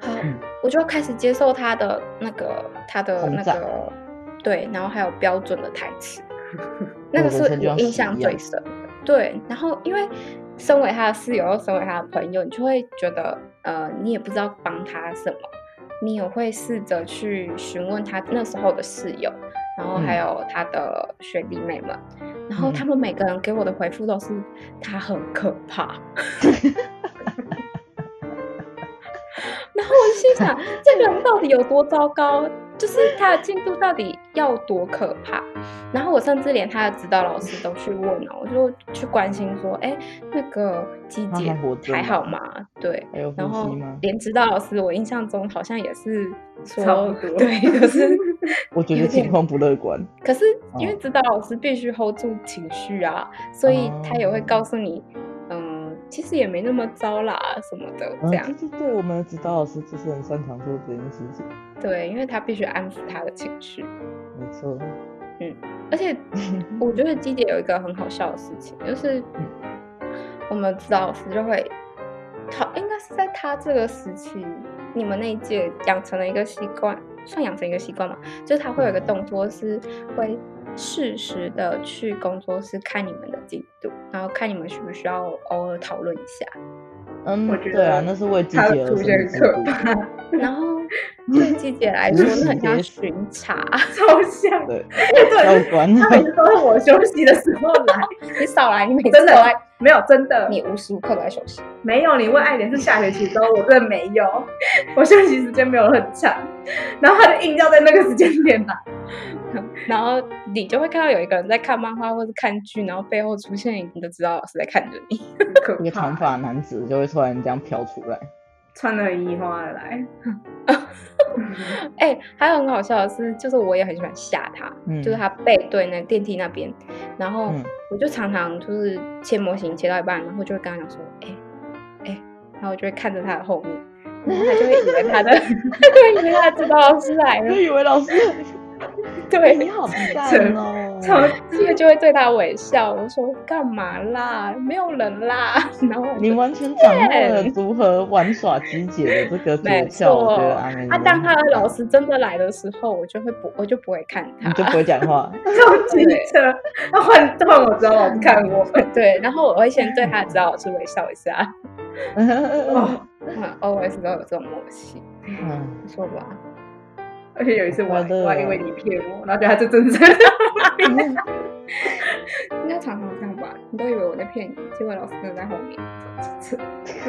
[SPEAKER 3] 好
[SPEAKER 1] 嗯，
[SPEAKER 3] 我就开始接受他的那个他的
[SPEAKER 1] 轰
[SPEAKER 3] 那
[SPEAKER 1] 炸
[SPEAKER 3] 个对，然后还有标准的台 词，那个
[SPEAKER 1] 我
[SPEAKER 3] 是
[SPEAKER 1] 人生就
[SPEAKER 3] 我
[SPEAKER 1] 像
[SPEAKER 3] 印
[SPEAKER 1] 屎
[SPEAKER 3] 象
[SPEAKER 1] 一
[SPEAKER 3] 最
[SPEAKER 1] 样
[SPEAKER 3] 深的。对，然后因为身为他的室友，又身为他的朋友，你就会觉得，呃，你也不知道帮他什么，你也会试着去询问他那时候的室友，然后还
[SPEAKER 1] 嗯
[SPEAKER 3] 有他的学弟妹们，然后
[SPEAKER 1] 嗯
[SPEAKER 3] 他们每个人给我的回复都是他很可怕， 然后我就心想，这个人到底有多糟糕？就是他的进度到底要多可怕？然后我甚至连他的指导老师都去问哦，我就去关心说，哎，那个季
[SPEAKER 1] 他
[SPEAKER 3] 姐
[SPEAKER 1] 还活着
[SPEAKER 3] 还
[SPEAKER 1] 吗
[SPEAKER 3] 好吗？对，
[SPEAKER 1] 还有呼
[SPEAKER 3] 然后
[SPEAKER 1] 吸吗？
[SPEAKER 3] 连指导老师，我印象中好像也是说，
[SPEAKER 2] 差不多
[SPEAKER 3] 对，就是，
[SPEAKER 1] 我觉得
[SPEAKER 3] 有点
[SPEAKER 1] 情况不乐观。
[SPEAKER 3] 可是因为指导老师必须 hold 住情绪啊，所以他也会告诉你，嗯，其实也没那么糟啦什么的，
[SPEAKER 1] 嗯
[SPEAKER 3] 这样，
[SPEAKER 1] 对对对，我们的指导老师就是很擅长做这件事情，
[SPEAKER 3] 对，因为他必须安抚他的情绪，
[SPEAKER 1] 没错。
[SPEAKER 3] 而且我觉得鸡姐有一个很好笑的事情，就是
[SPEAKER 1] 嗯
[SPEAKER 3] 我们指导老师就会，他应该是在他这个时期，你们那一届养成了一个习惯，算养成一个习惯嘛，就是他会有一个
[SPEAKER 2] 嗯
[SPEAKER 3] 动作是会适时的去工作室看你们的进度，然后看你们需不需要偶尔讨论一 下。
[SPEAKER 1] 嗯，
[SPEAKER 2] 我觉
[SPEAKER 1] 对啊，
[SPEAKER 2] 得
[SPEAKER 1] 那是为季
[SPEAKER 2] 他
[SPEAKER 1] 节
[SPEAKER 2] 的
[SPEAKER 1] 而
[SPEAKER 2] 出现
[SPEAKER 1] 生的制
[SPEAKER 2] 很可
[SPEAKER 1] 度。
[SPEAKER 2] 怕，
[SPEAKER 3] 然后对鸡姐来说，那很像
[SPEAKER 1] 嗯
[SPEAKER 3] 巡查，
[SPEAKER 2] 超像。
[SPEAKER 1] 对，
[SPEAKER 2] 对，
[SPEAKER 1] 教官，
[SPEAKER 2] 他每次都是我休息的时候来，
[SPEAKER 3] 你少来，你每次
[SPEAKER 2] 真
[SPEAKER 3] 都
[SPEAKER 2] 的
[SPEAKER 3] 来，
[SPEAKER 2] 没有真的
[SPEAKER 3] 你无时无刻都在休息。
[SPEAKER 2] 没有。你问爱莲是下学期的时候，我真的没有， 我休息时间没有很长，然后他就硬要在那个时间点来，
[SPEAKER 3] 然后你就会看到有一个人在看漫画或是看剧，然后背后出现你的指导老师在看着你。
[SPEAKER 2] 很可
[SPEAKER 1] 一个长
[SPEAKER 2] 怕。
[SPEAKER 1] 发男子就会突然这样飘出来。
[SPEAKER 2] 穿的移花而 来，
[SPEAKER 3] 哎、还有很好笑的是，就是我也很喜欢吓他，
[SPEAKER 1] 嗯，
[SPEAKER 3] 就是他背对那电梯那边，然后
[SPEAKER 1] 嗯
[SPEAKER 3] 我就常常就是切模型切到一半，然后就会跟他讲说，哎、哎、然后我就会看着他的后面，然后他就会以为他的， 他就会以为他的指导老师来
[SPEAKER 1] 就
[SPEAKER 3] 了，
[SPEAKER 1] 以为老师，哎
[SPEAKER 3] 对，
[SPEAKER 1] 你好笨
[SPEAKER 2] 真
[SPEAKER 1] 哦。
[SPEAKER 2] 超
[SPEAKER 3] 所以就会对他微笑，我说干嘛啦，没有人啦， 然后我
[SPEAKER 1] 你
[SPEAKER 3] 就
[SPEAKER 1] 完全掌握了如何玩耍机姐的这个诀
[SPEAKER 3] 没
[SPEAKER 1] 窍，
[SPEAKER 3] 错，
[SPEAKER 1] 我觉得阿美。
[SPEAKER 3] 啊，当他的老，师真的来的时候，我就会不，我就不会看
[SPEAKER 1] 你
[SPEAKER 3] 他。
[SPEAKER 1] 就不会讲话。
[SPEAKER 2] 超机车，他换换我之后老师看我，
[SPEAKER 3] 对，然后我会先对他的指导老师微笑一下。
[SPEAKER 2] 哦
[SPEAKER 3] 嗯，always 都有这种默契，
[SPEAKER 1] 嗯，
[SPEAKER 3] 不错吧？
[SPEAKER 2] 而且有一次我还
[SPEAKER 1] 好的
[SPEAKER 2] 我还以为你骗我，然后觉得他这真是，
[SPEAKER 3] 应该常常这样吧？你都以为我在骗你，结果老师真的在后面。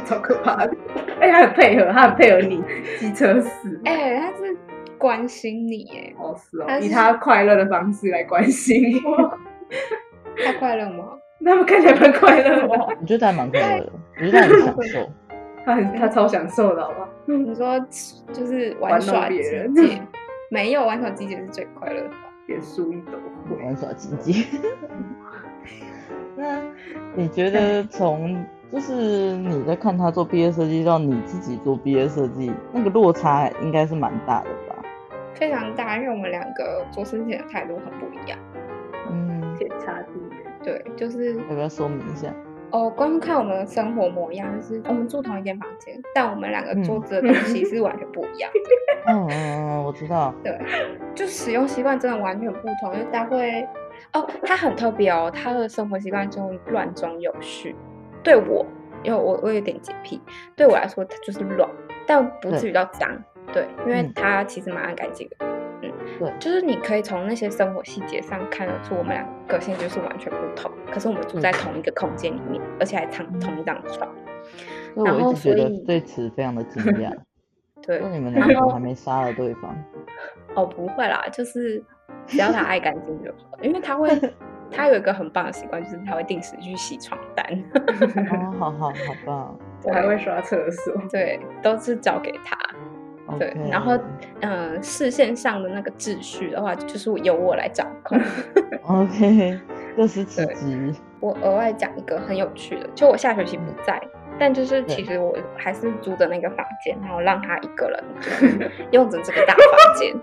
[SPEAKER 2] 超可怕的，而且他很配合，他很配合你，机车死。
[SPEAKER 3] 哎、他是关心你，哎，
[SPEAKER 2] 哦，是哦
[SPEAKER 3] 他，是
[SPEAKER 2] 以他快乐的方式来关心 我，
[SPEAKER 3] 他快乐 吗？
[SPEAKER 2] 那么看起来蛮快乐
[SPEAKER 3] 哦
[SPEAKER 2] 的，
[SPEAKER 1] 我觉得还蛮快乐的，我觉得还很享受。
[SPEAKER 2] 他很他超享受的，好吧？
[SPEAKER 3] 你说就是
[SPEAKER 2] 玩
[SPEAKER 3] 玩
[SPEAKER 2] 弄
[SPEAKER 3] 耍
[SPEAKER 2] 别
[SPEAKER 3] 季
[SPEAKER 2] 人
[SPEAKER 3] 节，没有玩耍季节是最快乐的吧？
[SPEAKER 2] 别输一斗
[SPEAKER 3] 嗯
[SPEAKER 2] 灰。
[SPEAKER 1] 玩耍机姐。 那你觉得 从就是你在看他做毕业设计到你自己做毕业设计，那个落差应该是蛮大的吧？
[SPEAKER 3] 非常大，因为我们两个做事情的态度很不一样。
[SPEAKER 1] 嗯，
[SPEAKER 2] 天差地
[SPEAKER 3] 对，就是
[SPEAKER 1] 要不要说明一 下？
[SPEAKER 3] 哦，光看我们的生活模样，就是我们住同一间房间，但我们两个
[SPEAKER 1] 嗯
[SPEAKER 3] 做的东西是完全不一样的，
[SPEAKER 1] 嗯嗯嗯，我知 道。
[SPEAKER 3] 就使用习惯真的完全不同。因为他会，哦，他很特别哦，他的生活习惯就乱中有序。对我，因为我我有点洁癖，对我来说它就是乱，但不至于到脏。对，因为
[SPEAKER 1] 嗯
[SPEAKER 3] 他其实蛮爱干净的。嗯，
[SPEAKER 1] 对
[SPEAKER 3] 就是你可以从那些生活细节上看得出我们两个个性就是完全不同，可是我们住在
[SPEAKER 1] 嗯
[SPEAKER 3] 同一个空间里面，而且还躺同一张床。
[SPEAKER 1] 所以
[SPEAKER 3] 然
[SPEAKER 1] 我
[SPEAKER 3] 后
[SPEAKER 1] 一直觉
[SPEAKER 3] 所
[SPEAKER 1] 得
[SPEAKER 3] 以
[SPEAKER 1] 对此非常的惊讶，
[SPEAKER 3] 对，
[SPEAKER 1] 说你们两
[SPEAKER 3] 然
[SPEAKER 1] 个
[SPEAKER 3] 后
[SPEAKER 1] 还没杀了对方，
[SPEAKER 3] 哦，不会啦，就是只要他爱干净就好，因为他会，他有一个很棒的习惯，就是他会定时去洗床单，
[SPEAKER 1] 哦，好好好棒
[SPEAKER 2] 别，我还会刷厕所，
[SPEAKER 3] 对，都是交给他。 对
[SPEAKER 1] ，OK
[SPEAKER 3] 然后嗯、视线上的那个秩序的话，就是由我来掌控。
[SPEAKER 1] OK，各司其
[SPEAKER 3] 对
[SPEAKER 1] 职，
[SPEAKER 3] 我额外讲一个很有趣的，就我下学期不在，但就是其实我还是租的那个房间，然后让他一个人 就是用着这个大房间。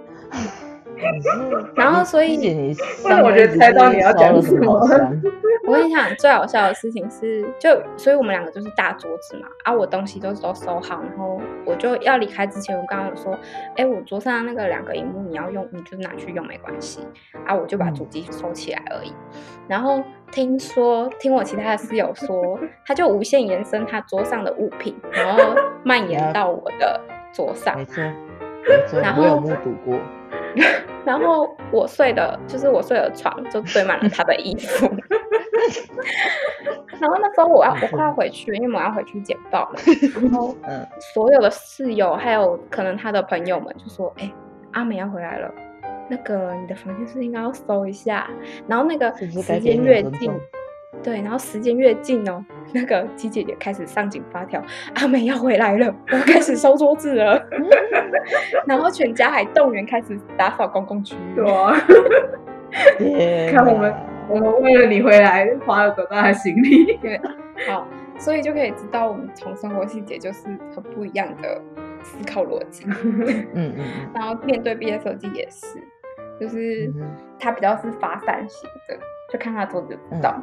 [SPEAKER 1] 你是
[SPEAKER 3] 然后所
[SPEAKER 1] 你
[SPEAKER 3] 以
[SPEAKER 1] 姐你
[SPEAKER 2] 为
[SPEAKER 1] 上
[SPEAKER 2] 了我觉得
[SPEAKER 1] 辈子
[SPEAKER 2] 猜到
[SPEAKER 1] 是
[SPEAKER 2] 你要
[SPEAKER 1] 烧
[SPEAKER 2] 讲
[SPEAKER 1] 了
[SPEAKER 2] 什
[SPEAKER 1] 么
[SPEAKER 2] 么
[SPEAKER 1] 好香？
[SPEAKER 3] 我跟你讲，最好笑的事情是，就所以我们两个就是大桌子嘛，啊，我东西都都收好，然后我就要离开之前，我刚刚有说，哎，我桌上那个两个荧幕你要用，你就拿去用没关系，啊，我就把
[SPEAKER 1] 嗯
[SPEAKER 3] 主机收起来而已。然后听说，听我其他的室友说，他就无限延伸他桌上的物品，然后蔓延到我的桌上
[SPEAKER 1] 没，错，没错，
[SPEAKER 3] 然
[SPEAKER 1] 我有
[SPEAKER 3] 后
[SPEAKER 1] 目睹过，
[SPEAKER 3] 然后我睡的，就是我睡的床就堆满了他的衣服。 然后那时候我要我快要回去，因为我要回去简报嘛。然后
[SPEAKER 1] 嗯，
[SPEAKER 3] 所有的室友还有可能他的朋友们就说：“哎、阿美要回来了，那个你的房间是不是应该要搜一下？然后那个
[SPEAKER 1] 是不是该
[SPEAKER 3] 时
[SPEAKER 1] 给
[SPEAKER 3] 间
[SPEAKER 1] 你
[SPEAKER 3] 越
[SPEAKER 1] 尊
[SPEAKER 3] 近
[SPEAKER 1] 重，
[SPEAKER 3] 对，然后时间越近哦，那个鸡姐姐开始上紧发条，阿美要回来了，我开始收桌子了， 然后全家还动员开始打扫公共区域
[SPEAKER 2] 对。啊，
[SPEAKER 1] 天
[SPEAKER 2] 看我们
[SPEAKER 1] 哪
[SPEAKER 2] 我们为了你回来花了多大的心力。
[SPEAKER 3] 好，所以就可以知道我们从生活细节就是很不一样的思考逻辑。
[SPEAKER 1] 嗯嗯
[SPEAKER 3] 然后面对毕业设计也是，就是
[SPEAKER 1] 嗯哼
[SPEAKER 3] 它比较是发散型的，就看他桌子就知道。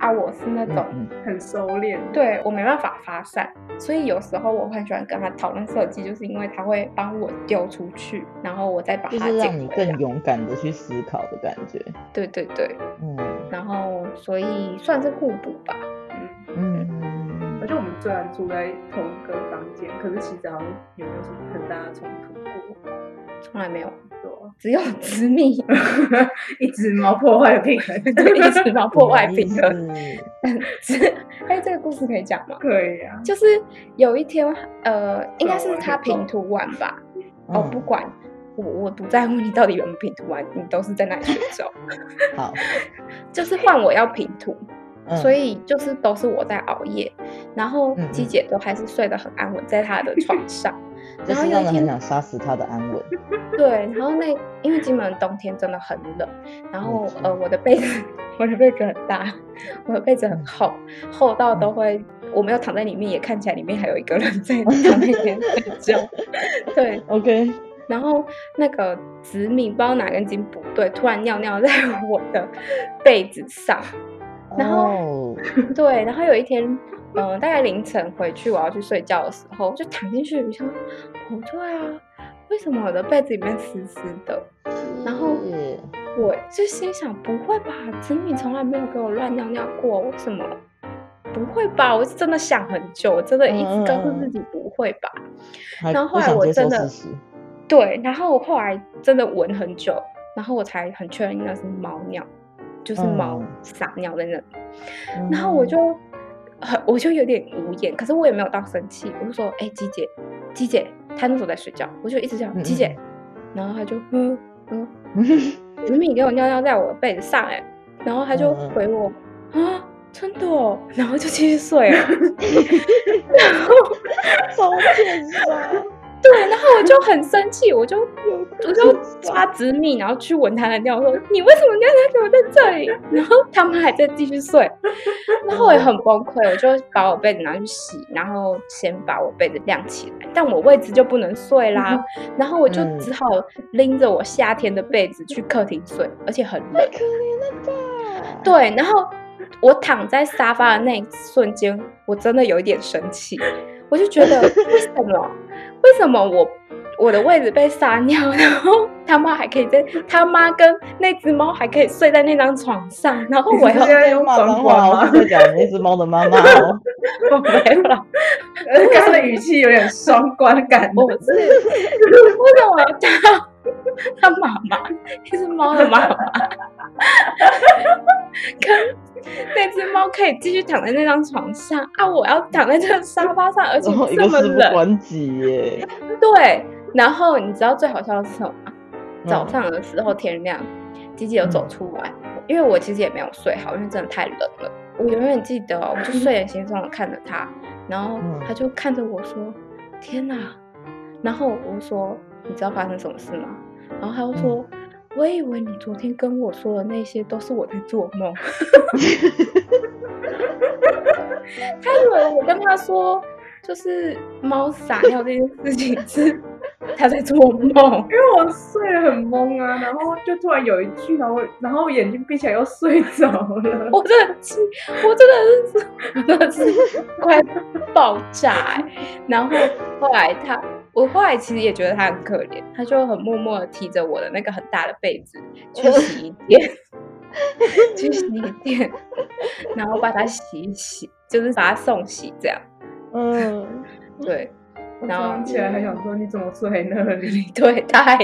[SPEAKER 3] 啊，我是那
[SPEAKER 1] 嗯
[SPEAKER 3] 种、
[SPEAKER 1] 嗯
[SPEAKER 2] 很收敛，
[SPEAKER 3] 对我没办法发散，所以有时候我会很喜欢跟他讨论设计，就是因为他会帮我丢出去，然后我再把
[SPEAKER 1] 嗯，就
[SPEAKER 3] 它
[SPEAKER 1] 是
[SPEAKER 3] 捡
[SPEAKER 1] 让你
[SPEAKER 3] 回来。
[SPEAKER 1] 更勇敢的去思考的感觉。
[SPEAKER 3] 对对对，
[SPEAKER 1] 嗯
[SPEAKER 3] 然后所以算是互补吧。
[SPEAKER 2] 嗯，
[SPEAKER 1] 嗯
[SPEAKER 2] 而且我们虽然住在同一个房间，可是其实好像也没有什么很大的冲突过，
[SPEAKER 3] 从来没有，
[SPEAKER 2] 对啊
[SPEAKER 3] 只有 执迷，
[SPEAKER 2] 一只猫破坏了平衡，
[SPEAKER 3] 对，一直把 破坏平衡。
[SPEAKER 1] 衡。
[SPEAKER 3] 是，哎，这个故事可以讲吗？
[SPEAKER 2] 可以啊，
[SPEAKER 3] 就是有一天，呃，应该是他平涂完吧。哦，
[SPEAKER 1] 嗯
[SPEAKER 3] 不管我，我不在乎你到底有没有平涂完，你都是在那里 选手，
[SPEAKER 1] 好，
[SPEAKER 3] 就是换我要平涂，
[SPEAKER 1] 嗯
[SPEAKER 3] 所以就是都是我在熬夜，然后
[SPEAKER 1] 嗯
[SPEAKER 3] 鸡
[SPEAKER 1] 嗯
[SPEAKER 3] 姐都还是睡得很安稳，在她的床上。
[SPEAKER 1] 就
[SPEAKER 3] 然后
[SPEAKER 1] 是
[SPEAKER 3] 有
[SPEAKER 1] 让
[SPEAKER 3] 一
[SPEAKER 1] 人很
[SPEAKER 3] 天，
[SPEAKER 1] 想杀死他的 安稳。
[SPEAKER 3] 对，然后那因为金门冬天真的很冷，
[SPEAKER 1] 没
[SPEAKER 3] 然后
[SPEAKER 1] 错
[SPEAKER 3] 呃，我的被子， 我的被子很大，我的被子很
[SPEAKER 1] 嗯
[SPEAKER 3] 厚，厚到都
[SPEAKER 1] 嗯
[SPEAKER 3] 会，我没有躺在里面，也看起来里面还有一个人在躺在里面睡觉。对，
[SPEAKER 1] OK，
[SPEAKER 3] 然后那个紫米不知道哪根筋不对，突然尿尿在我的被子上。 然后
[SPEAKER 1] 哦
[SPEAKER 3] 对，然后有一天，嗯、大概凌晨回去我要去睡觉的时候，就躺进去，我想不对啊，为什么我的被子里面湿湿的？然后
[SPEAKER 1] 是
[SPEAKER 3] 我就心想，不会吧，子敏从来没有给我乱尿尿过，为什么？不会吧，我是真的想很久，我真的一直告诉
[SPEAKER 1] 嗯嗯嗯
[SPEAKER 3] 自己不会吧。
[SPEAKER 1] 还
[SPEAKER 3] 然
[SPEAKER 1] 不
[SPEAKER 3] 后后来
[SPEAKER 1] 想
[SPEAKER 3] 我
[SPEAKER 1] 接
[SPEAKER 3] 真
[SPEAKER 1] 受
[SPEAKER 3] 的
[SPEAKER 1] 事实，
[SPEAKER 3] 对，然后我后来真的闻很久，然后我才很确认那是猫尿，就是猫
[SPEAKER 1] 嗯
[SPEAKER 3] 撒尿在那里。然后我就很，我就有点无言，可是我也没有到生气，我就说，哎、鸡姐，鸡姐，她那时候在睡觉，我就一直
[SPEAKER 1] 嗯
[SPEAKER 3] 讲
[SPEAKER 1] 嗯
[SPEAKER 3] 鸡姐，然后她就嗯嗯，
[SPEAKER 1] 嗯
[SPEAKER 3] 子敏给我尿尿在我的被子上、哎，然后她就
[SPEAKER 1] 嗯嗯
[SPEAKER 3] 回我啊，真的哦，然后就继续睡了。
[SPEAKER 1] 超欠杀，
[SPEAKER 3] 对，然后我就很生气，我就
[SPEAKER 1] 有
[SPEAKER 3] 我就抓紫米，然后去闻他的尿，说你为什么尿尿给我在这里？然后他们还在继续睡，然后我也很崩溃，我就把我被子拿去洗，然后先把我被子晾起来，但我位置就不能睡啦，然后我就
[SPEAKER 1] 嗯
[SPEAKER 3] 只好拎着我夏天的被子去客厅睡，而且很冷
[SPEAKER 1] 太。可怜了吧？
[SPEAKER 3] 对，然后我躺在沙发的那一瞬间，我真的有一点生气，我就觉得为什么，为什么我我的位置被撒尿，然后他妈还可以在他妈跟那只猫还可以睡在那张床上，然后我
[SPEAKER 2] 你 是不
[SPEAKER 3] 要
[SPEAKER 2] 是在用
[SPEAKER 1] 骂
[SPEAKER 2] 双
[SPEAKER 1] 脏话，
[SPEAKER 2] 关
[SPEAKER 1] 我
[SPEAKER 2] 吗？
[SPEAKER 1] 是在讲那只猫的妈妈 哦。
[SPEAKER 3] 我没了，
[SPEAKER 2] 刚刚的语气有点双关感，
[SPEAKER 3] 啊我是为什么要叫他妈妈，那只猫的妈妈，跟那只猫可以继续躺在那张床上啊，我要躺在这个沙发上，而且
[SPEAKER 1] 然后一
[SPEAKER 3] 这
[SPEAKER 1] 个
[SPEAKER 3] 么
[SPEAKER 1] 事不
[SPEAKER 3] 冷，
[SPEAKER 1] 关己耶。
[SPEAKER 3] 对。然后你知道最好笑的是什么吗？早
[SPEAKER 1] 嗯
[SPEAKER 3] 上的时候天亮，吉吉有走出来，因为我其实也没有睡好，因为真的太冷了。我永远记得哦、我就睡眼惺忪的看着他，然后
[SPEAKER 1] 嗯
[SPEAKER 3] 他就看着我说：“天哪！”然后我就说：“你知道发生什么事吗？”然后他就说：“
[SPEAKER 1] 嗯
[SPEAKER 3] 我以为你昨天跟我说的那些都是我在做梦。” 他以为我跟他说，就是猫撒尿这件事情是 他在做梦。
[SPEAKER 2] 因为我睡得很懵啊，然后就突然有一句，然后我然后我眼睛闭起来又睡着了。
[SPEAKER 3] 我真的很气，我真的是，我真的是快爆炸、欸。然后后来他，我后来其实也觉得他很可怜，他就很默默的提着我的那个很大的被子去洗衣店，去洗衣店，然后把它洗一洗，就是把它送洗这样。
[SPEAKER 1] 嗯，
[SPEAKER 3] 对
[SPEAKER 2] 我早上起来还想说，你怎么睡那里？
[SPEAKER 3] 对，他还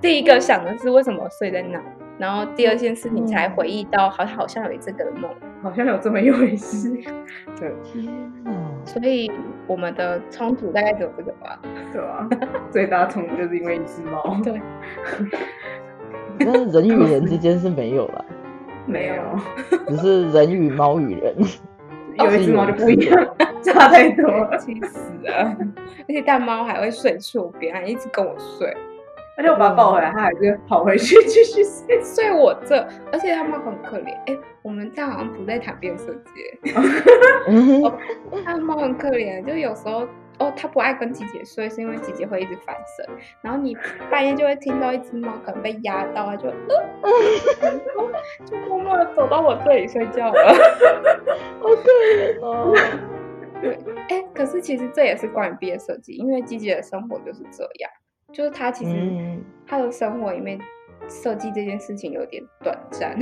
[SPEAKER 3] 第一个想的是为什么我睡在那，然后第二件事你才回忆到，好像好像有这个梦。
[SPEAKER 2] 好像有这么一回事。
[SPEAKER 3] 对，
[SPEAKER 1] 天哪！
[SPEAKER 3] 所以我们的冲突大概只有这个吧。
[SPEAKER 2] 对 吧、最大冲突就是因为一只猫。
[SPEAKER 3] 对，
[SPEAKER 1] 但是人与人之间是没有啦，
[SPEAKER 2] 没有，
[SPEAKER 1] 只是人与猫与 人。
[SPEAKER 2] 有哦一只猫就不一样， 差太多了。
[SPEAKER 3] 气死了！而且大猫还会睡树边，还一直跟我睡，
[SPEAKER 2] 而且我把它抱回来，它还是跑回去继续睡。
[SPEAKER 3] 睡我这，而且它们很可怜。哎、我们这样好像不在谈变色节，
[SPEAKER 1] 嗯哼
[SPEAKER 3] 它猫很可怜，就有时候。哦，它不爱跟姐姐睡，是因为姐姐会一直翻身，然后你半夜就会听到一只猫可能被压到，它就呃，就默默的走到我这里睡觉了。
[SPEAKER 1] 好可怜哦。
[SPEAKER 3] 哎、可是其实这也是关于毕业设计，因为季姐的生活就是这样，就是她其实
[SPEAKER 1] 嗯，
[SPEAKER 3] 她的生活里面设计这件事情有点短暂，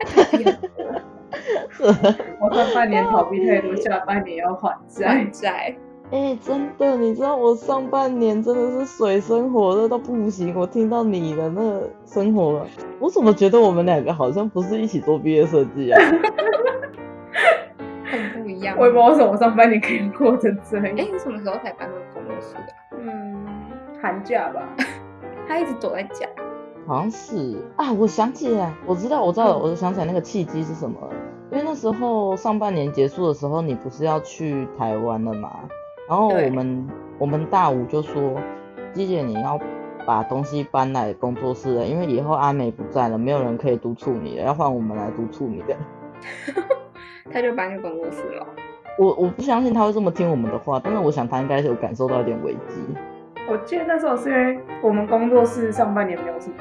[SPEAKER 3] 她到底很
[SPEAKER 2] 我上半年逃避太多，下半年要还债
[SPEAKER 3] 短。暂。
[SPEAKER 1] 哎、真的，你知道我上半年真的是水深火热到不行。我听到你的那个生活了，我怎么觉得我们两个好像不是一起做毕业设计啊？
[SPEAKER 3] 很不一样。
[SPEAKER 2] 我也不知道为什么我上半年可以过成这
[SPEAKER 3] 哎、
[SPEAKER 2] 样。
[SPEAKER 3] 你什么时候才搬到工作室的？
[SPEAKER 2] 嗯，寒假吧。
[SPEAKER 3] 她一直躲在家。
[SPEAKER 1] 好像是啊，我想起来，我知道，我知道，
[SPEAKER 2] 嗯
[SPEAKER 1] 我想起来那个契机是什么了。因为那时候上半年结束的时候，你不是要去台湾了嘛？然后
[SPEAKER 3] 对
[SPEAKER 1] 我们我们大五就说，季姐你要把东西搬来工作室了，因为以后阿美不在了，没有人可以督促你了，要换我们来督促你的。
[SPEAKER 3] 她就搬去工作室了，
[SPEAKER 1] 我我不相信他会这么听我们的话，但是我想他应该是有感受到一点危机。
[SPEAKER 2] 我记得那时候是因为我们工作室上半年没有什么，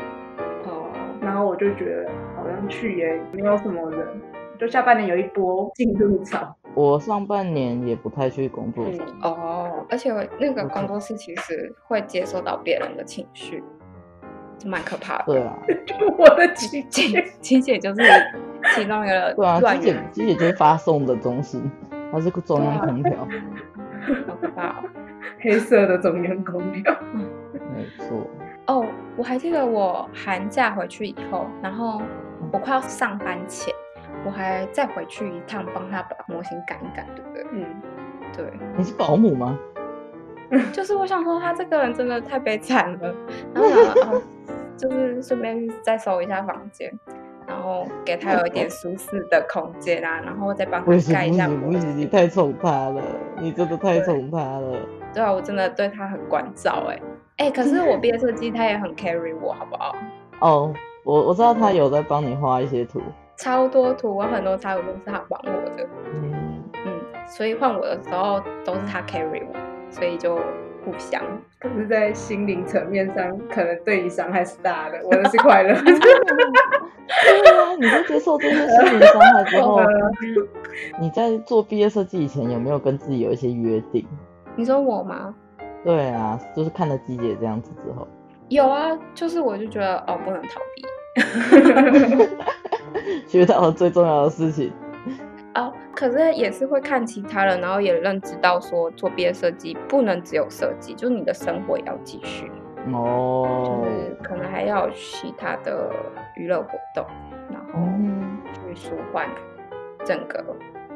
[SPEAKER 3] 哦，
[SPEAKER 2] 然后我就觉得好像去也没有什么人，就下半年有一波进入潮。
[SPEAKER 1] 我上半年也不太去工作室，
[SPEAKER 3] 哦，而且那
[SPEAKER 1] 嗯
[SPEAKER 3] 个
[SPEAKER 1] 我
[SPEAKER 3] 工
[SPEAKER 1] 懂
[SPEAKER 3] 作室其实会接收到别人的情绪，就蛮可怕的。
[SPEAKER 1] 对啊，
[SPEAKER 2] 就我的情绪
[SPEAKER 3] 姐，姐姐就是其中一个
[SPEAKER 1] 对啊，
[SPEAKER 3] 乱
[SPEAKER 1] 机
[SPEAKER 3] 源
[SPEAKER 1] 姐机姐就是发送的中心，它是中
[SPEAKER 3] 啊
[SPEAKER 1] 央空调，
[SPEAKER 3] 好可怕哦！
[SPEAKER 2] 黑色的中央空调。
[SPEAKER 1] 没错。
[SPEAKER 3] 哦，我还记得我寒假回去以后，然后
[SPEAKER 1] 嗯
[SPEAKER 3] 我快要上班前，我还再回去一趟，帮他把模型赶一赶，对不对？
[SPEAKER 2] 嗯，
[SPEAKER 3] 对，
[SPEAKER 1] 你是保姆吗？
[SPEAKER 3] 就是我想说他这个人真的太悲惨了，然后 想说、哦、就是顺便再收一下房间，然后给
[SPEAKER 1] 嗯
[SPEAKER 3] 他有一点舒适的空间啊，然后再帮
[SPEAKER 1] 不
[SPEAKER 3] 他
[SPEAKER 1] 行
[SPEAKER 3] 盖一
[SPEAKER 1] 不
[SPEAKER 3] 下
[SPEAKER 1] 行
[SPEAKER 3] 模
[SPEAKER 1] 不行，你
[SPEAKER 3] 型。
[SPEAKER 1] 太宠她了，你真的太宠她了。
[SPEAKER 3] 对啊，我真的对他很关照哎、哎、可是我毕业设计他也很 carry 我，好不好？
[SPEAKER 1] 哦，我我知道她有在帮你画一些图，
[SPEAKER 3] 超多图，我很多插图都是他帮我的，
[SPEAKER 1] 嗯，
[SPEAKER 3] 嗯，所以换我的时候都是他 carry 我，所以就互相。
[SPEAKER 2] 可是，在心灵层面上，可能对你伤害是大的，我的是快乐。
[SPEAKER 1] 对啊，你在接受这些心理伤害之
[SPEAKER 3] 哦
[SPEAKER 1] 后，你在做毕业设计以前有没有跟自己有一些约定？
[SPEAKER 3] 你说我吗？
[SPEAKER 1] 对啊，就是看了机姐这样子之后，
[SPEAKER 3] 有啊，就是我就觉得哦，不能逃避
[SPEAKER 1] 学到了最重要的事情，
[SPEAKER 3] 哦，可是也是会看其他人，然后也认知到说做毕业设计不能只有设计，就是你的生活也要继续，就
[SPEAKER 1] 哦，
[SPEAKER 3] 是可能还要有其他的娱乐活动，然后。
[SPEAKER 1] 嗯。
[SPEAKER 3] 去舒缓整个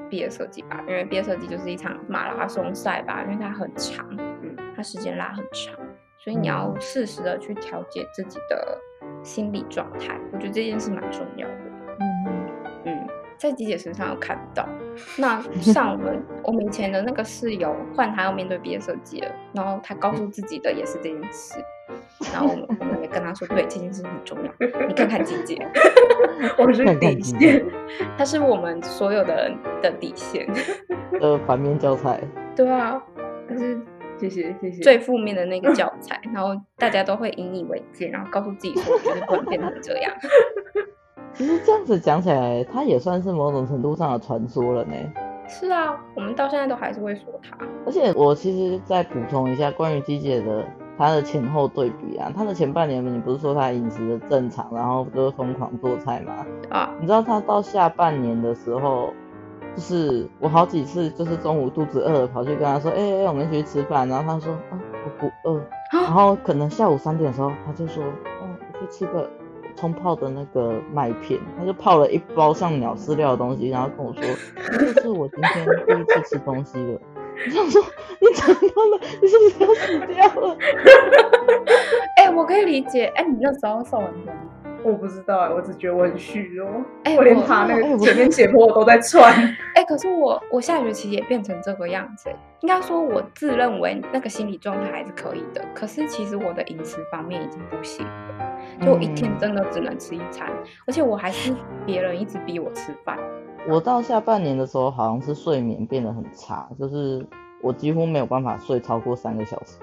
[SPEAKER 3] 毕业设计吧，因为毕业设计就是一场马拉松赛吧，因为它很长，嗯，它时间拉很长，所以你要
[SPEAKER 1] 嗯
[SPEAKER 3] 适时的去调节自己的心理状态，我觉得这件事蛮重要的。
[SPEAKER 1] 嗯
[SPEAKER 3] 嗯，在吉姐身上有看 到。那像我们我们以前的那个室友，换他要面对毕业设计了，然后他告诉自己的也是这件 事，然后我们我们也跟他说，对，这件事很重要，你看 看吉姐。
[SPEAKER 2] 我是
[SPEAKER 1] 看看
[SPEAKER 2] 底
[SPEAKER 1] 自己
[SPEAKER 2] 线，
[SPEAKER 3] 它是我们所有的人的底线。
[SPEAKER 1] 的呃反面教材，
[SPEAKER 3] 对啊，就是
[SPEAKER 2] 谢谢谢谢。
[SPEAKER 3] 最负面的那个教材，然后大家都会引以为戒，然后告诉自己说绝对不能变成这样。
[SPEAKER 1] 其实这样子讲起来，它也算是某种程度上的传说了呢。
[SPEAKER 3] 是啊，我们到现在都还是会说它。
[SPEAKER 1] 而且我其实再补充一下关于机姐的她的前后对比啊，她的前半年你不是说她饮食的正常，然后就是疯狂做菜嘛？
[SPEAKER 3] 啊，
[SPEAKER 1] 你知道她到下半年的时候，就是我好几次就是中午肚子饿了跑去跟她说，哎、哎我们一起去吃饭，然后她说哦啊我不饿，然后可能下午三点的时候她就说，嗯我去吃个冲泡的那个麦片，他就泡了一包像鸟饲料的东西，然后跟我说这就是我今天第一次吃东西了。我想说你长大了，你是不是要死掉了？
[SPEAKER 3] 哎、我可以理解。哎、你那时候瘦很多吗？
[SPEAKER 2] 我不知道、欸我只觉得我很虚弱，
[SPEAKER 3] 哎
[SPEAKER 2] 我连
[SPEAKER 3] 我
[SPEAKER 2] 爬那
[SPEAKER 1] 哎我
[SPEAKER 2] 个前面斜坡我都在 窜。
[SPEAKER 3] 哎、可是我我下学期也变成这个样子欸、应该说我自认为那个心理状态还是可以的，可是其实我的饮食方面已经不行了，就我一天
[SPEAKER 1] 嗯
[SPEAKER 3] 真的只能吃一餐，而且我还是别人一直逼我吃饭。
[SPEAKER 1] 我到下半年的时候，好像是睡眠变得很差，就是我几乎没有办法睡超过三个小时，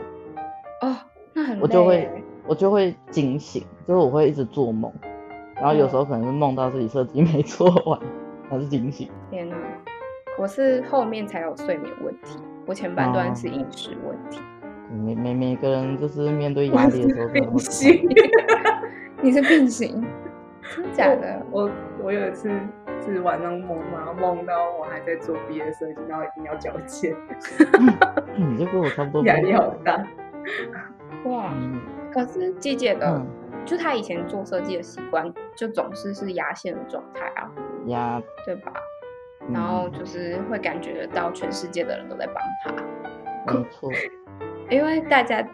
[SPEAKER 3] 哦，那很累欸、
[SPEAKER 1] 我就会我就会惊醒，就是我会一直做梦，然后有时候可能是梦到自己设计没做完，然后就惊醒。
[SPEAKER 3] 天哪！我是后面才有睡眠问题，我前半段是
[SPEAKER 1] 哦
[SPEAKER 3] 饮食问题。
[SPEAKER 1] 每每每个人就是面对压力的时候，真的
[SPEAKER 2] 并
[SPEAKER 1] 会
[SPEAKER 2] 行。
[SPEAKER 3] 你是并行，真的假的？
[SPEAKER 2] 我我有一次是晚上梦嘛，梦到我还在做毕业设计，然后已经要交接，
[SPEAKER 1] 嗯你就跟我差不
[SPEAKER 3] 哦
[SPEAKER 1] 多。
[SPEAKER 2] 压力好大。
[SPEAKER 3] 哇！
[SPEAKER 1] 嗯。
[SPEAKER 3] 可是季姐的，
[SPEAKER 1] 嗯
[SPEAKER 3] 就她以前做设计的习惯，就总是是压线的状态啊，
[SPEAKER 1] 呀，
[SPEAKER 3] 对吧？
[SPEAKER 1] 嗯
[SPEAKER 3] 然后就是会感觉得到全世界的人都在帮她，
[SPEAKER 1] 没 错，
[SPEAKER 3] 因为大家，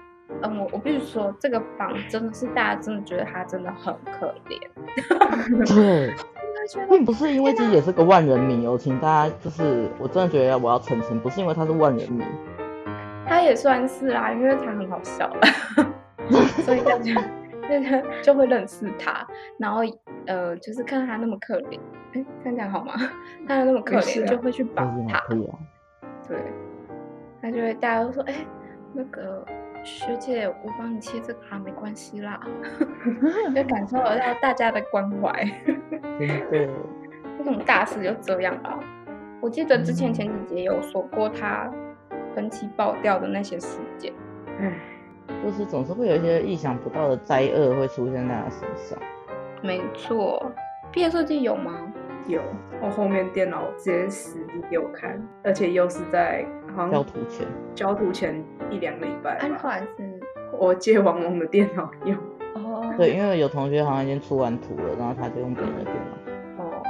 [SPEAKER 3] 嗯，我我必须说，这个榜真的是大家真的觉得她真的很可怜，
[SPEAKER 1] 对，
[SPEAKER 3] 真的觉得
[SPEAKER 1] 并不是因为自己也是个万人迷哦，请大家就是，我真的觉得我要澄清，不是因为他是万人迷，
[SPEAKER 3] 他也算是啦、因为他很好笑， 所以大家就就会认识他，然后呃，就是看他那么可怜，哎，这样讲好吗？ 看他那么可
[SPEAKER 2] 没事啊
[SPEAKER 3] 怜，就会去
[SPEAKER 1] 但
[SPEAKER 3] 帮
[SPEAKER 1] 是
[SPEAKER 3] 他
[SPEAKER 1] 还，可以啊，
[SPEAKER 3] 对，他就会大家都说，哎，那个学姐，我帮你切这个啊，没关 系啦，就感受得到大家的关怀。
[SPEAKER 1] 真的，
[SPEAKER 3] 这种大事就这样吧。我记得之
[SPEAKER 2] 嗯
[SPEAKER 3] 前前几节有说过他分期爆掉的那些事件。
[SPEAKER 1] 就是总是会有一些意想不到的灾厄会出现在他身上。
[SPEAKER 3] 没错，毕业设计有吗？
[SPEAKER 2] 有，我后面电脑直接死机给我看，而且又是在好
[SPEAKER 1] 要
[SPEAKER 2] 像
[SPEAKER 1] 图前，
[SPEAKER 2] 交图前一两个礼拜
[SPEAKER 3] 安
[SPEAKER 2] 吧，
[SPEAKER 3] 环是
[SPEAKER 2] 我借王蒙的电脑用。
[SPEAKER 3] 哦，
[SPEAKER 1] 对，因为有同学好像已经出完图了，然后他就用别人的电脑。
[SPEAKER 3] 哦，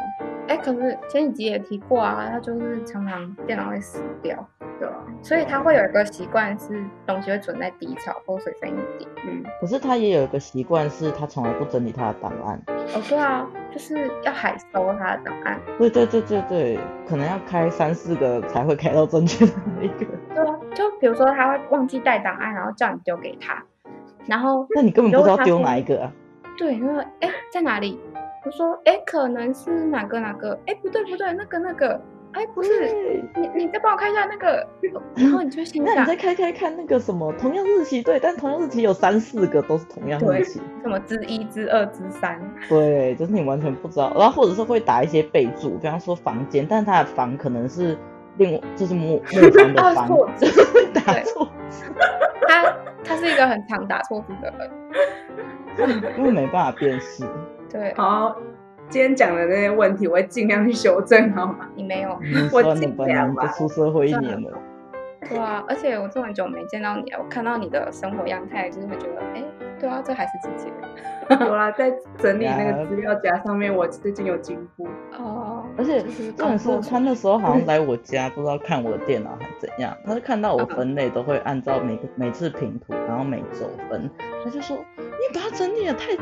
[SPEAKER 3] 哎，可是前几集也提过啊，他就是常常电脑会死掉，
[SPEAKER 2] 对啊，
[SPEAKER 3] 所以他会有一个习惯是东西会存在底槽或水分一点。
[SPEAKER 2] 嗯，
[SPEAKER 1] 可是他也有一个习惯，是他从来不整理他的档案。
[SPEAKER 3] 哦，对啊，就是要海收他的档案。
[SPEAKER 1] 对对对对对，可能要开三四个才会开到正确的那一个。
[SPEAKER 3] 对啊，就比如说他会忘记带档案，然后叫你丢给他，然后
[SPEAKER 1] 那你根本不知道丢哪一个啊？
[SPEAKER 3] 对，然后哎在哪里？我说哎可能是哪个哪个，哎不对不对那个那个，哎不是
[SPEAKER 1] 对
[SPEAKER 3] 你你再帮我看一下那 个，然后你就心
[SPEAKER 1] 那
[SPEAKER 3] 想
[SPEAKER 1] 你再开开看那个什么，同样日期对，但同样日期有三四个都是同样日期，
[SPEAKER 3] 什么之一之二之三，
[SPEAKER 1] 对，就是你完全不知道。然后或者是会打一些备注，比方说房间，但他的房可能是另外就是木木房的
[SPEAKER 3] 啊
[SPEAKER 1] 房
[SPEAKER 3] 错，字
[SPEAKER 1] 就是会打
[SPEAKER 3] 对
[SPEAKER 1] 错，
[SPEAKER 3] 他他是一个很常打错字的人，
[SPEAKER 1] 因为没办法辨识。
[SPEAKER 3] 对
[SPEAKER 2] 好，今天讲的那些问题，我会尽量去修正，好吗？
[SPEAKER 3] 你没有，
[SPEAKER 1] 你算了
[SPEAKER 2] 尽
[SPEAKER 1] 吧，
[SPEAKER 2] 量
[SPEAKER 1] 你
[SPEAKER 2] 吧
[SPEAKER 1] 都出社会一
[SPEAKER 3] 算
[SPEAKER 1] 年了，
[SPEAKER 3] 对啊，而且我这么久没见到你了，啊我看到你的生活样态，就是会觉得哎对啊这还是自己的
[SPEAKER 2] 有啦，在整理那个资料夹上面，我最近有进步。
[SPEAKER 3] 哦，
[SPEAKER 1] 而且
[SPEAKER 3] 就是
[SPEAKER 1] 重点
[SPEAKER 3] 工作
[SPEAKER 1] 是他那时候好
[SPEAKER 2] 嗯
[SPEAKER 1] 像来我家，不知道看我的电脑还怎样，他就看到
[SPEAKER 2] 嗯
[SPEAKER 1] 我分类都会按照每个每次平图，然后每周分，他就说你把它整理的太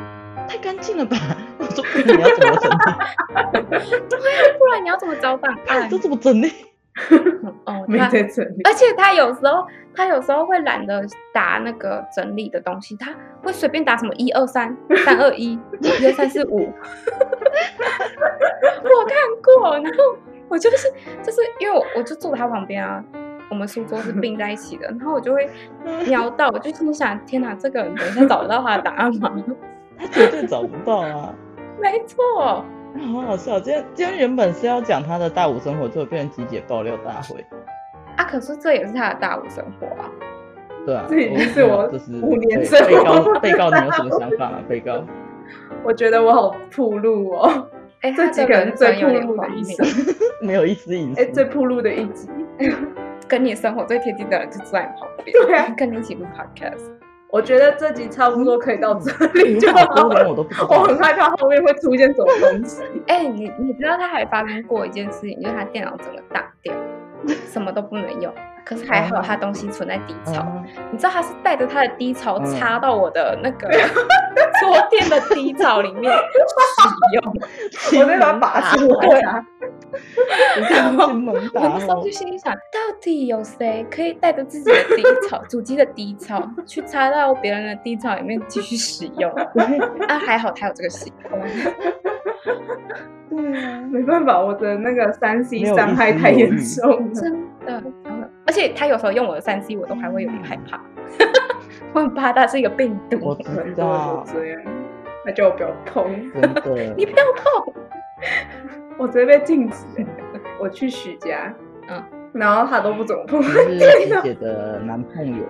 [SPEAKER 1] 太干净了吧？ 我说不然你要怎么整 理？
[SPEAKER 3] 不然你要怎么哎找档案
[SPEAKER 1] 你都？怎么整理？
[SPEAKER 3] 哦，
[SPEAKER 2] 没
[SPEAKER 3] 他
[SPEAKER 2] 在整理，
[SPEAKER 3] 而且他有时候，他有时候会懒得打那个整理的东西，他会随便打什么一二三三二一一二三四五，我看过，然后我就是就是因为我我就坐在他旁边啊，我们书桌是并在一起的，然后我就会瞄到，我就心想：天哪，这个人等一下找得到他的答案吗？
[SPEAKER 1] 他绝对找不到啊！
[SPEAKER 3] 没错，
[SPEAKER 1] 好好笑，今天今天原本是要讲他的大五生活，就变成集结爆料大会。
[SPEAKER 3] 啊，可是这也是他的大五生活啊。
[SPEAKER 1] 对啊，
[SPEAKER 2] 这已经是我
[SPEAKER 1] 就是
[SPEAKER 2] 五年
[SPEAKER 1] 被
[SPEAKER 2] 生
[SPEAKER 1] 被告
[SPEAKER 2] 活
[SPEAKER 1] 被告，你有什么想 法吗？被告，
[SPEAKER 2] 我觉得我好铺路哦，
[SPEAKER 3] 哎，
[SPEAKER 2] 这
[SPEAKER 3] 他
[SPEAKER 2] 集
[SPEAKER 3] 这
[SPEAKER 2] 可
[SPEAKER 3] 个
[SPEAKER 2] 能
[SPEAKER 3] 人生
[SPEAKER 2] 最
[SPEAKER 3] 有
[SPEAKER 2] 铺
[SPEAKER 3] 点
[SPEAKER 2] 路
[SPEAKER 3] 荒
[SPEAKER 2] 的一
[SPEAKER 3] 谬，
[SPEAKER 2] 生，
[SPEAKER 1] 没有一丝隐私。
[SPEAKER 2] 哎，最铺路的一集。
[SPEAKER 3] 跟你生活最贴近的人就坐在你旁边，
[SPEAKER 2] 对啊
[SPEAKER 3] 跟你一起录 podcast。
[SPEAKER 2] 我觉得这集差不多可以到这里
[SPEAKER 1] 你
[SPEAKER 2] 就
[SPEAKER 1] 好
[SPEAKER 2] 好
[SPEAKER 1] 多连
[SPEAKER 2] 了。
[SPEAKER 1] 我都不知道。
[SPEAKER 2] 我很害怕后面会出现什么东西。
[SPEAKER 3] 哎、你你知道他还发生过一件事情，就是他电脑整个打掉，什么都不能用。可是还好他东西存在底槽，
[SPEAKER 1] 嗯
[SPEAKER 3] 你知道他是带着他的低潮
[SPEAKER 1] 嗯
[SPEAKER 3] 插到我的那个 桌垫的低槽里面使用，
[SPEAKER 2] 我那把拔出来啊！
[SPEAKER 1] 你看金门
[SPEAKER 3] 我
[SPEAKER 1] 打
[SPEAKER 3] 那时候
[SPEAKER 1] 吼
[SPEAKER 3] 就，心里想，到底有谁可以带着自己的低潮、 主机的低潮去插到别人的低潮里面继续使用？
[SPEAKER 1] 对
[SPEAKER 3] 啊，还好他有这个习惯。
[SPEAKER 1] 对啊，
[SPEAKER 2] 没办法，我的那个三 C
[SPEAKER 1] 没有
[SPEAKER 2] 伤害太严重了。
[SPEAKER 3] 真的，真的而且他有时候用我的三 C，我都还会有点害怕， 我很怕它是一个病
[SPEAKER 1] 我
[SPEAKER 3] 毒。
[SPEAKER 1] 知
[SPEAKER 2] 多人
[SPEAKER 1] 道
[SPEAKER 2] 都，这样，那就不要碰。
[SPEAKER 1] 真的
[SPEAKER 3] 你。不要碰，
[SPEAKER 2] 我直接被禁止欸、我去许家，
[SPEAKER 3] 嗯，
[SPEAKER 2] 然后他都不怎么碰
[SPEAKER 1] 你。是琪姐的男朋友，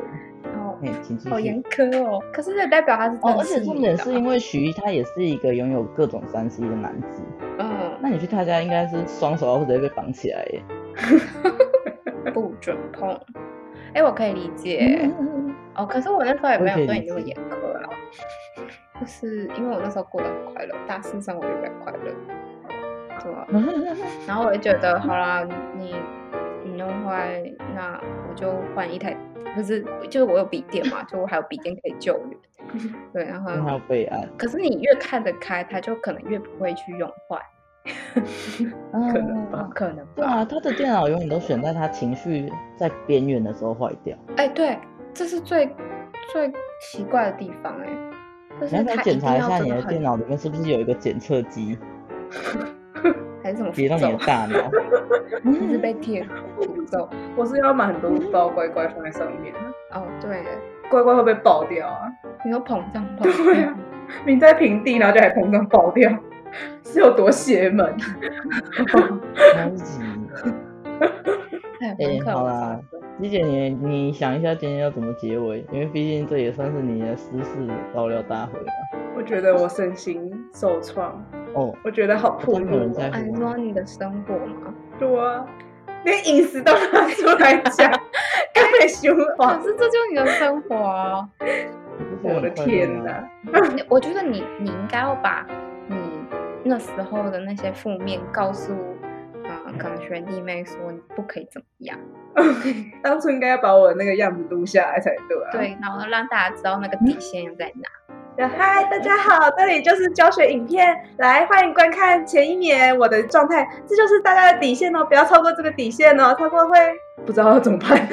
[SPEAKER 3] 哦，
[SPEAKER 1] 哎，请继
[SPEAKER 3] 好严
[SPEAKER 1] 续。
[SPEAKER 3] 苛哦。可是这代表他是
[SPEAKER 1] 哦，
[SPEAKER 3] 真
[SPEAKER 1] 而
[SPEAKER 3] 心
[SPEAKER 1] 且重
[SPEAKER 3] 的
[SPEAKER 1] 点是因为许一他也是一个拥有各种三 C 的男子，
[SPEAKER 3] 嗯，
[SPEAKER 1] 那你去他家应该是双手要直接被绑起来耶。
[SPEAKER 3] 不准碰。哎，我可以理
[SPEAKER 1] 嗯
[SPEAKER 3] 解哦，可是我那时候也没有对你那么严苛啊，就是因为我那时候过得很快乐，大四上我就比较快乐，对啊。然后我就觉得，好啦，你你弄坏，那我就换一台，不是，就是我有笔电嘛，就我还有笔电可以救 援。对，然后
[SPEAKER 1] 还有备案，
[SPEAKER 3] 可是你越看得开，他就可能越不会去用坏，
[SPEAKER 1] 可
[SPEAKER 2] 能吧。
[SPEAKER 3] 可能
[SPEAKER 1] 对
[SPEAKER 3] 吧？
[SPEAKER 1] 啊，他的电脑永远都选在他情绪在边缘的时候坏掉。
[SPEAKER 3] 哎、对，这是最最奇怪的地方哎、就
[SPEAKER 1] 你要
[SPEAKER 3] 是
[SPEAKER 1] 不
[SPEAKER 3] 他
[SPEAKER 1] 要
[SPEAKER 3] 一
[SPEAKER 1] 检
[SPEAKER 3] 定
[SPEAKER 1] 查一
[SPEAKER 3] 要
[SPEAKER 1] 下
[SPEAKER 3] 真
[SPEAKER 1] 你的
[SPEAKER 3] 的
[SPEAKER 1] 电
[SPEAKER 3] 很
[SPEAKER 1] 脑里面是不是有一个检测机，
[SPEAKER 3] 还是什么
[SPEAKER 1] 别让
[SPEAKER 3] 符
[SPEAKER 1] 你的
[SPEAKER 3] 咒，
[SPEAKER 1] 大 脑？
[SPEAKER 3] 你 是被贴符咒
[SPEAKER 2] 我是要买很多包乖乖放在上面，
[SPEAKER 3] 哦，对，
[SPEAKER 2] 乖乖会被爆掉啊！
[SPEAKER 3] 你说膨胀膨
[SPEAKER 2] 对
[SPEAKER 3] 胀
[SPEAKER 2] 啊，你在平地，然后就还膨胀爆掉， 是有多邪门？
[SPEAKER 1] 超级。
[SPEAKER 3] 哎，
[SPEAKER 1] 哎
[SPEAKER 3] 很可
[SPEAKER 1] 好
[SPEAKER 3] 怕
[SPEAKER 1] 啦李姐你，你想一下今天要怎么结尾，因为毕竟这也算是你的私事爆料大会啊嘛。
[SPEAKER 2] 我觉得我身心受创，
[SPEAKER 1] 哦，
[SPEAKER 2] 我觉得好
[SPEAKER 1] 都
[SPEAKER 2] 破
[SPEAKER 1] 没有人
[SPEAKER 2] 灭
[SPEAKER 1] 在
[SPEAKER 2] 啊，
[SPEAKER 3] 啊，你
[SPEAKER 1] 乎
[SPEAKER 3] 说
[SPEAKER 1] 吗。
[SPEAKER 3] 你的生活吗？
[SPEAKER 2] 对啊，连饮食都拿出来 讲，该被羞
[SPEAKER 3] 可
[SPEAKER 2] 哇！
[SPEAKER 3] 是这就是你的生活啊！
[SPEAKER 1] 你不是
[SPEAKER 2] 我的
[SPEAKER 1] 很
[SPEAKER 2] 啊
[SPEAKER 1] 快乐
[SPEAKER 2] 天
[SPEAKER 1] 吗
[SPEAKER 2] 哪！
[SPEAKER 3] 你我觉得你你应该要把你那时候的那些负面告诉啊、呃可能学弟妹说你不可以怎么样，
[SPEAKER 2] 当初应该要把我那个样子录下来才对啊。
[SPEAKER 3] 对，然后让大家知道那个底线在哪。
[SPEAKER 2] 嗨，大家好，这里就是教学影片，来欢迎观看前一年我的状态，这就是大家的底线哦，不要超过这个底线哦，超过会不知道要怎么办。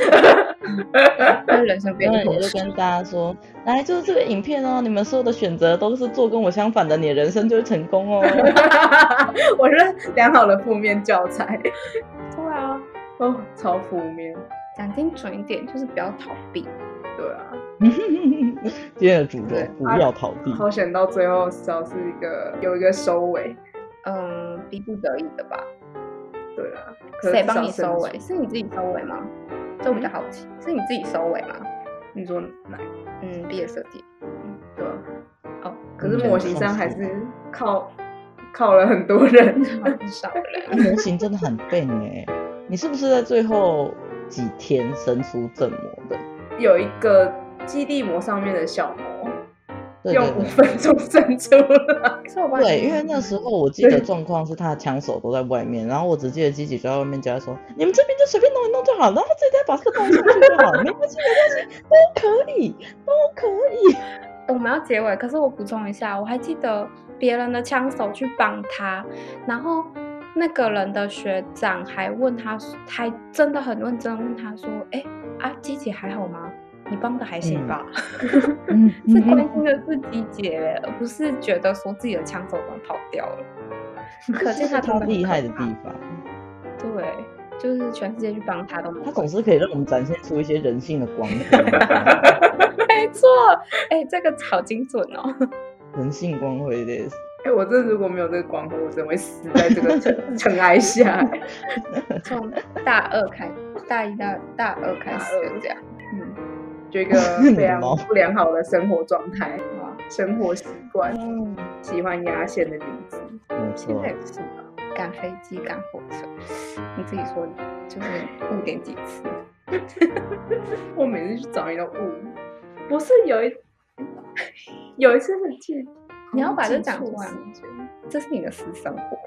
[SPEAKER 3] 那人生变
[SPEAKER 1] 然
[SPEAKER 3] 得
[SPEAKER 1] 后你就跟大家说，来，就是这个影片哦，你们所有的选择都是做跟我相反的，你的人生就会成功 哦。
[SPEAKER 2] 我是良好的负面教材
[SPEAKER 3] 对啊，
[SPEAKER 2] 哦，超负面，
[SPEAKER 3] 讲精准一点，就是不要逃避。
[SPEAKER 2] 对啊，
[SPEAKER 1] 今天的主轴
[SPEAKER 3] 对
[SPEAKER 1] 不要逃避，
[SPEAKER 2] 好险到最后至少是一个有一个收尾，
[SPEAKER 3] 嗯，逼不得已的吧？
[SPEAKER 2] 对啊，可是
[SPEAKER 3] 谁
[SPEAKER 2] 至少
[SPEAKER 3] 帮你
[SPEAKER 2] 胜
[SPEAKER 3] 收
[SPEAKER 2] 出
[SPEAKER 3] 尾？？是你自己收尾吗？这我比较好奇，是你自己收尾吗？
[SPEAKER 2] 你说哪一个？
[SPEAKER 3] 嗯，毕业设 计。
[SPEAKER 2] 对啊，
[SPEAKER 3] 哦，
[SPEAKER 2] 可是模型上还是靠靠了很多人。
[SPEAKER 3] 很少人。
[SPEAKER 1] 那模型真哎的很笨哎、你是不是在最后几天生出正魔的？
[SPEAKER 2] 有一个基地模上面的小模，
[SPEAKER 1] 对
[SPEAKER 2] 用
[SPEAKER 1] 对
[SPEAKER 2] 五
[SPEAKER 1] 对。
[SPEAKER 2] 分钟生出来。
[SPEAKER 3] 是我帮你嗯
[SPEAKER 1] 对，
[SPEAKER 3] 弄
[SPEAKER 1] 因为
[SPEAKER 3] 的
[SPEAKER 1] 那时候我记得
[SPEAKER 2] 对
[SPEAKER 1] 状况是他的枪手都在外面，然后我只记得机姐就在外面叫他说：“你们这边就随便弄一弄就好，然后他自己再把这个弄上去就好，没关系，没关系，都可以，都可以。
[SPEAKER 3] 我们要结尾，可是我补充一下，我还记得别人的枪手去帮他，然后那个人的学长还问他，还真的很认真地问他说：“哎，啊，鸡姐还好吗？你帮的还行吧？”
[SPEAKER 1] 嗯”
[SPEAKER 3] 是关心的是鸡姐，而不是觉得说自己的枪手刚逃掉了。可
[SPEAKER 1] 这
[SPEAKER 3] 见
[SPEAKER 1] 是
[SPEAKER 3] 他
[SPEAKER 1] 嗯他
[SPEAKER 3] 真
[SPEAKER 1] 厉
[SPEAKER 3] 很
[SPEAKER 1] 害
[SPEAKER 3] 可
[SPEAKER 1] 的
[SPEAKER 3] 怕
[SPEAKER 1] 地方，
[SPEAKER 3] 对，就是全世界去帮他都没
[SPEAKER 1] 他
[SPEAKER 3] 关
[SPEAKER 1] 总
[SPEAKER 3] 系
[SPEAKER 1] 是可以让我们展现出一些人性的 光辉，
[SPEAKER 3] 没错，哎，这个好精准哦。
[SPEAKER 1] 人性光辉的。
[SPEAKER 2] 哎、我这如果没有这个光辉，我真的会死在这 个尘尘埃下。
[SPEAKER 3] 从大二开，大一大大二开始就这样，嗯，
[SPEAKER 2] 就一个非常
[SPEAKER 1] 你的猫
[SPEAKER 2] 不良好的生活状态、
[SPEAKER 3] 好啊，
[SPEAKER 2] 生活习惯，
[SPEAKER 1] 嗯，
[SPEAKER 2] 喜欢压线的女子。
[SPEAKER 1] 没
[SPEAKER 3] 现
[SPEAKER 1] 错
[SPEAKER 3] 在，也是吧，赶飞机赶火车，你自己说就是误点几次，
[SPEAKER 2] 我每次去找你都误，不是有一 有一次是记，
[SPEAKER 3] 你要把这
[SPEAKER 2] 记
[SPEAKER 3] 讲
[SPEAKER 2] 错
[SPEAKER 3] 出来
[SPEAKER 2] 时
[SPEAKER 3] 吗
[SPEAKER 2] 间
[SPEAKER 3] 这是你的私生活。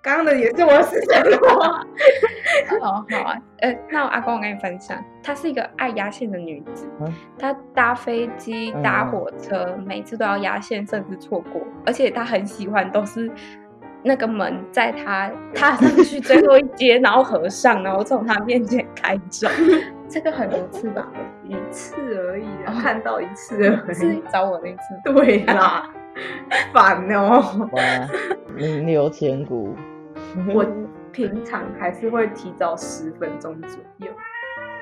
[SPEAKER 2] 刚刚的也是我的私生活，
[SPEAKER 3] 哦，好啊，呃，那我阿公我跟你分享，她是一个爱压线的女子，
[SPEAKER 1] 嗯
[SPEAKER 3] 她搭飞机、
[SPEAKER 1] 嗯
[SPEAKER 3] 搭
[SPEAKER 1] 嗯
[SPEAKER 3] 火车，每次都要压线，甚至错过，而且她很喜欢都是。那个门在她踏上去最后一阶，然后合上，然后从她面前开 走。这个很多次吧，
[SPEAKER 2] 一次而已啊
[SPEAKER 3] 哦，
[SPEAKER 2] 看到一次而
[SPEAKER 3] 是
[SPEAKER 2] 已。
[SPEAKER 3] 找我那次吗。
[SPEAKER 2] 对啦，烦哦。
[SPEAKER 1] 哇，名流千 古。
[SPEAKER 2] 我平常还是会提早十分钟左右。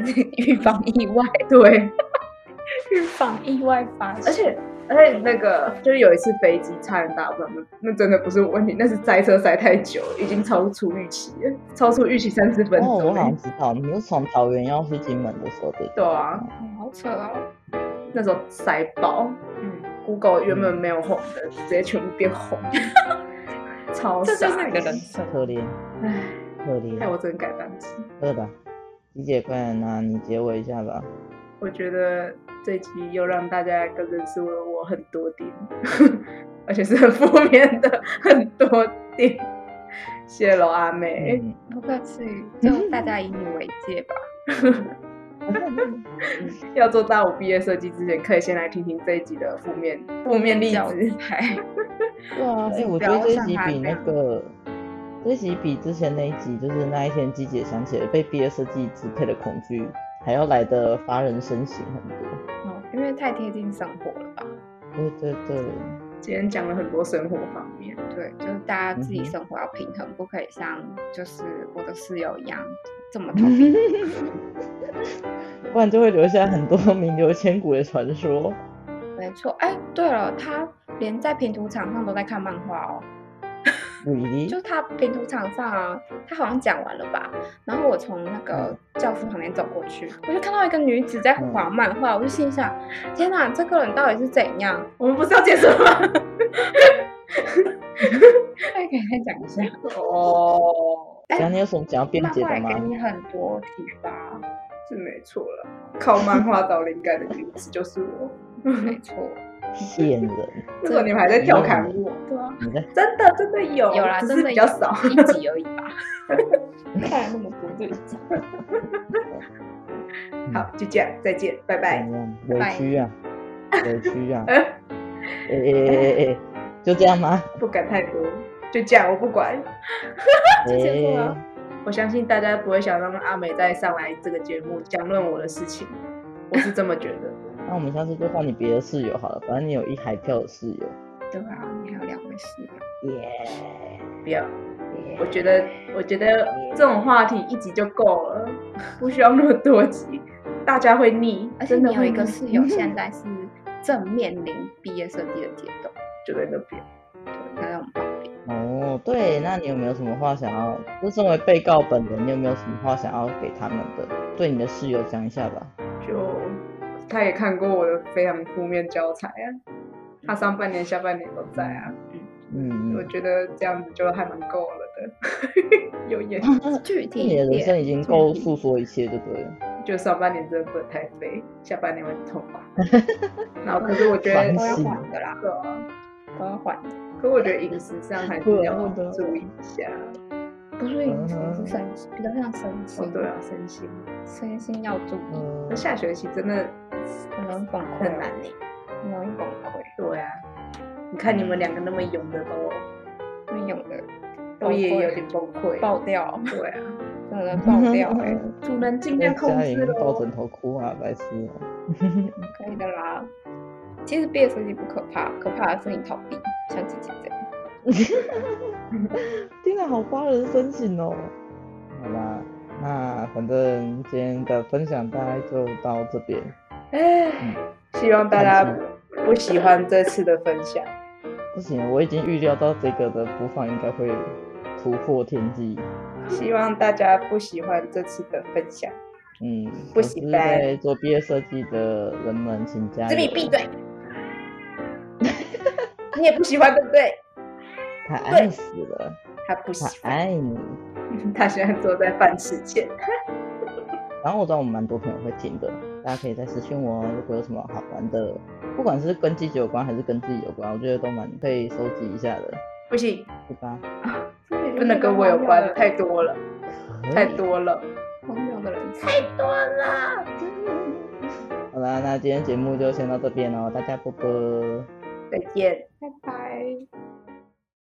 [SPEAKER 3] 预防意外，
[SPEAKER 2] 对，
[SPEAKER 3] 预防意外发生。
[SPEAKER 2] 而且而且那个就是有一次飞机差点打不上，那那真的不是我问题，那是塞车塞太久了，已经超出预期了，超出预期三十分
[SPEAKER 1] 哦，我
[SPEAKER 2] 钟
[SPEAKER 1] 好
[SPEAKER 2] 了。
[SPEAKER 1] 像知道，你是从桃园要去金门的时候对不对
[SPEAKER 2] 对啊，
[SPEAKER 3] 嗯好扯哦，
[SPEAKER 2] 那时候塞爆，嗯，Google 原本没有红的，直接全部变 红，超
[SPEAKER 3] 这
[SPEAKER 2] 傻
[SPEAKER 3] 就是你的人
[SPEAKER 2] 眼。
[SPEAKER 3] 生。
[SPEAKER 1] 可怜
[SPEAKER 2] 唉，哎
[SPEAKER 1] 可怜。
[SPEAKER 2] 害我真的改单词。
[SPEAKER 1] 对吧？李姐，快点拿你结尾一下吧。
[SPEAKER 2] 我觉得这集又让大家更认识了我很多点， 而且是很负面的很多点。谢谢喽，阿美。
[SPEAKER 1] 嗯，
[SPEAKER 3] 不客气，就大家以你为戒 吧。
[SPEAKER 2] 要做大五毕业设计之前，可以先来听听这一集的负面负面例
[SPEAKER 3] 教
[SPEAKER 2] 子。
[SPEAKER 3] 材，
[SPEAKER 1] 对啊，哎、
[SPEAKER 3] 就是
[SPEAKER 1] 我
[SPEAKER 3] 不
[SPEAKER 1] 觉得
[SPEAKER 3] 要
[SPEAKER 1] 这一
[SPEAKER 3] 像
[SPEAKER 1] 集
[SPEAKER 3] 他
[SPEAKER 1] 比
[SPEAKER 3] 这
[SPEAKER 1] 那
[SPEAKER 3] 样
[SPEAKER 1] 个，这一集比之前那一集，就是那一天季姐想起了被毕业设计支配的恐惧，还要来的发人深省很多。
[SPEAKER 3] 哦因为太贴近生活了吧？
[SPEAKER 1] 对对对，
[SPEAKER 2] 今天讲了很多生活方面，
[SPEAKER 3] 对，就是大家自己
[SPEAKER 1] 嗯哼
[SPEAKER 3] 生活要平衡，不可以像就是我的室友一样这 么逃避。
[SPEAKER 1] 不然就会留下很多 名流千古的传说。
[SPEAKER 3] 没错，哎，对了，他连在拼图场上都在看漫画哦。
[SPEAKER 1] 你
[SPEAKER 3] 就是他拼图场上啊，他好像讲完了吧？然后我从那个教室旁边走过去，我就看到一个女子在画漫画，我就心想：天哪，这个人到底是怎样？
[SPEAKER 2] 我们不是要结束吗？
[SPEAKER 3] 再给他讲一下。
[SPEAKER 2] 哦，
[SPEAKER 1] 讲你有什么想要辩
[SPEAKER 3] 漫
[SPEAKER 1] 解
[SPEAKER 3] 画
[SPEAKER 1] 的
[SPEAKER 3] 也给
[SPEAKER 1] 吗？
[SPEAKER 3] 你很多启发，
[SPEAKER 2] 是没错了。靠漫画找灵感的女子就是我。
[SPEAKER 3] 没错。
[SPEAKER 1] 骗人，
[SPEAKER 2] 那时候你们还在调侃我，
[SPEAKER 3] 对啊，
[SPEAKER 1] 你在
[SPEAKER 2] 真的真的有，
[SPEAKER 3] 有啦，
[SPEAKER 2] 哦只
[SPEAKER 3] 真
[SPEAKER 2] 是
[SPEAKER 3] 的
[SPEAKER 2] 比较少。
[SPEAKER 3] 有一集而已 吧。看了那么多，就一集。
[SPEAKER 2] 好，就这样，再见，拜拜，
[SPEAKER 3] 哎
[SPEAKER 1] 怎。样
[SPEAKER 3] 拜
[SPEAKER 1] 委
[SPEAKER 3] 拜
[SPEAKER 1] 屈 啊，委屈啊
[SPEAKER 2] 呃，
[SPEAKER 1] 哎哎哎哎，就这样吗？
[SPEAKER 2] 不敢太多，就这样，我不管。
[SPEAKER 3] 就结束
[SPEAKER 1] 哎
[SPEAKER 3] 了。
[SPEAKER 2] 我相信大家不会想让阿美再上来这个节目讲论我的事情，我是这么觉得。
[SPEAKER 1] 那我们下次就换你别的室友好了，反正你有一海票的室友。
[SPEAKER 3] 对啊，你还有两位室友。
[SPEAKER 1] 耶、
[SPEAKER 2] 不要，我觉得，我觉得这种话题一集就够了， 不需要那么多集，大家会腻
[SPEAKER 3] 而，且
[SPEAKER 2] 真的
[SPEAKER 3] 你有
[SPEAKER 2] 会嗯
[SPEAKER 3] 一
[SPEAKER 2] 腻
[SPEAKER 3] 个室友，现在是正面临毕业设计的阶段，
[SPEAKER 2] 就在那边。
[SPEAKER 3] 对，他在我们旁边。
[SPEAKER 1] 哦，对，那你有没有什么话想要？就身为被告本人，你有没有什么话想要给他们的？对你的室友讲一下吧。
[SPEAKER 2] 就他也看过我的非常负面教材啊，他上半年、下半年都在啊，
[SPEAKER 1] 嗯，
[SPEAKER 2] 我
[SPEAKER 1] 嗯
[SPEAKER 2] 觉得这样子就还蛮够了的， 有眼
[SPEAKER 3] 具体
[SPEAKER 1] 你的
[SPEAKER 3] 一
[SPEAKER 1] 人生
[SPEAKER 3] 点，
[SPEAKER 1] 已经
[SPEAKER 3] 具
[SPEAKER 1] 够
[SPEAKER 3] 体
[SPEAKER 1] 诉说一切就对了。
[SPEAKER 2] 就上半年真的不能太飞，下半年会痛苦。 然后可是我觉得
[SPEAKER 1] 烦
[SPEAKER 3] 都要
[SPEAKER 1] 死
[SPEAKER 3] 还的啦，
[SPEAKER 2] 对啊，
[SPEAKER 3] 都要还的，
[SPEAKER 2] 可我觉得饮食上还是要注意一下。
[SPEAKER 3] 不是饮食
[SPEAKER 1] 嗯哼
[SPEAKER 3] 是身心，比较像身
[SPEAKER 2] 哦
[SPEAKER 3] 心，，
[SPEAKER 2] 对啊，身心。
[SPEAKER 3] 身心要注意，
[SPEAKER 1] 嗯
[SPEAKER 2] 那，下学期真的
[SPEAKER 3] 很容易崩溃，
[SPEAKER 2] 很难欸呢。
[SPEAKER 3] 很容易崩溃，
[SPEAKER 2] 对啊，你看你们两个那么勇的都
[SPEAKER 3] 运用的
[SPEAKER 2] 都也有点崩溃。
[SPEAKER 3] 爆掉，
[SPEAKER 2] 对啊，
[SPEAKER 3] 真的爆掉
[SPEAKER 2] 嗯
[SPEAKER 3] 哎、
[SPEAKER 2] 主人尽
[SPEAKER 1] 在
[SPEAKER 2] 量控
[SPEAKER 1] 家里
[SPEAKER 2] 制
[SPEAKER 1] 面抱
[SPEAKER 2] 喽
[SPEAKER 1] 枕。头哭啊，白痴哦。
[SPEAKER 3] 可以的啦。其实毕业设计不可怕，可怕的是你逃避，像姐姐这样。
[SPEAKER 1] 天啊，好发人深省哦。好吧，那反正今天的分享大概就到这边。
[SPEAKER 2] 哎，希望大家不喜欢这次的分享。
[SPEAKER 1] 不行，我已经预料到这个的播放应该会突破天际。
[SPEAKER 2] 希望大家不喜欢这次的分享。
[SPEAKER 1] 嗯，
[SPEAKER 2] 不
[SPEAKER 1] 我
[SPEAKER 2] 行
[SPEAKER 1] 是
[SPEAKER 2] 呗
[SPEAKER 1] 在做毕业设计的人们，请加
[SPEAKER 2] 子
[SPEAKER 1] 油！
[SPEAKER 2] 敏闭嘴， 你也不喜欢对不对？
[SPEAKER 1] 他爱死了，
[SPEAKER 2] 他不喜
[SPEAKER 1] 他
[SPEAKER 2] 欢，
[SPEAKER 1] 爱你。
[SPEAKER 2] 他现在坐在饭池前。
[SPEAKER 1] 然后我知道我们蛮多朋友会听的，大家可以再私信我哦，如果有什么好玩的，不管是跟季节有关还是跟自己有关，我觉得都蛮可以收集一下的，
[SPEAKER 2] 不行，
[SPEAKER 1] 对吧？
[SPEAKER 2] 不能跟我有啊关，太多了，
[SPEAKER 1] 可以
[SPEAKER 2] 太多了。
[SPEAKER 3] 荒谬的人太多了。
[SPEAKER 1] 哦好啦，那今天节目就先到这边喽，大家啵啵。
[SPEAKER 2] 再见。
[SPEAKER 3] 拜拜。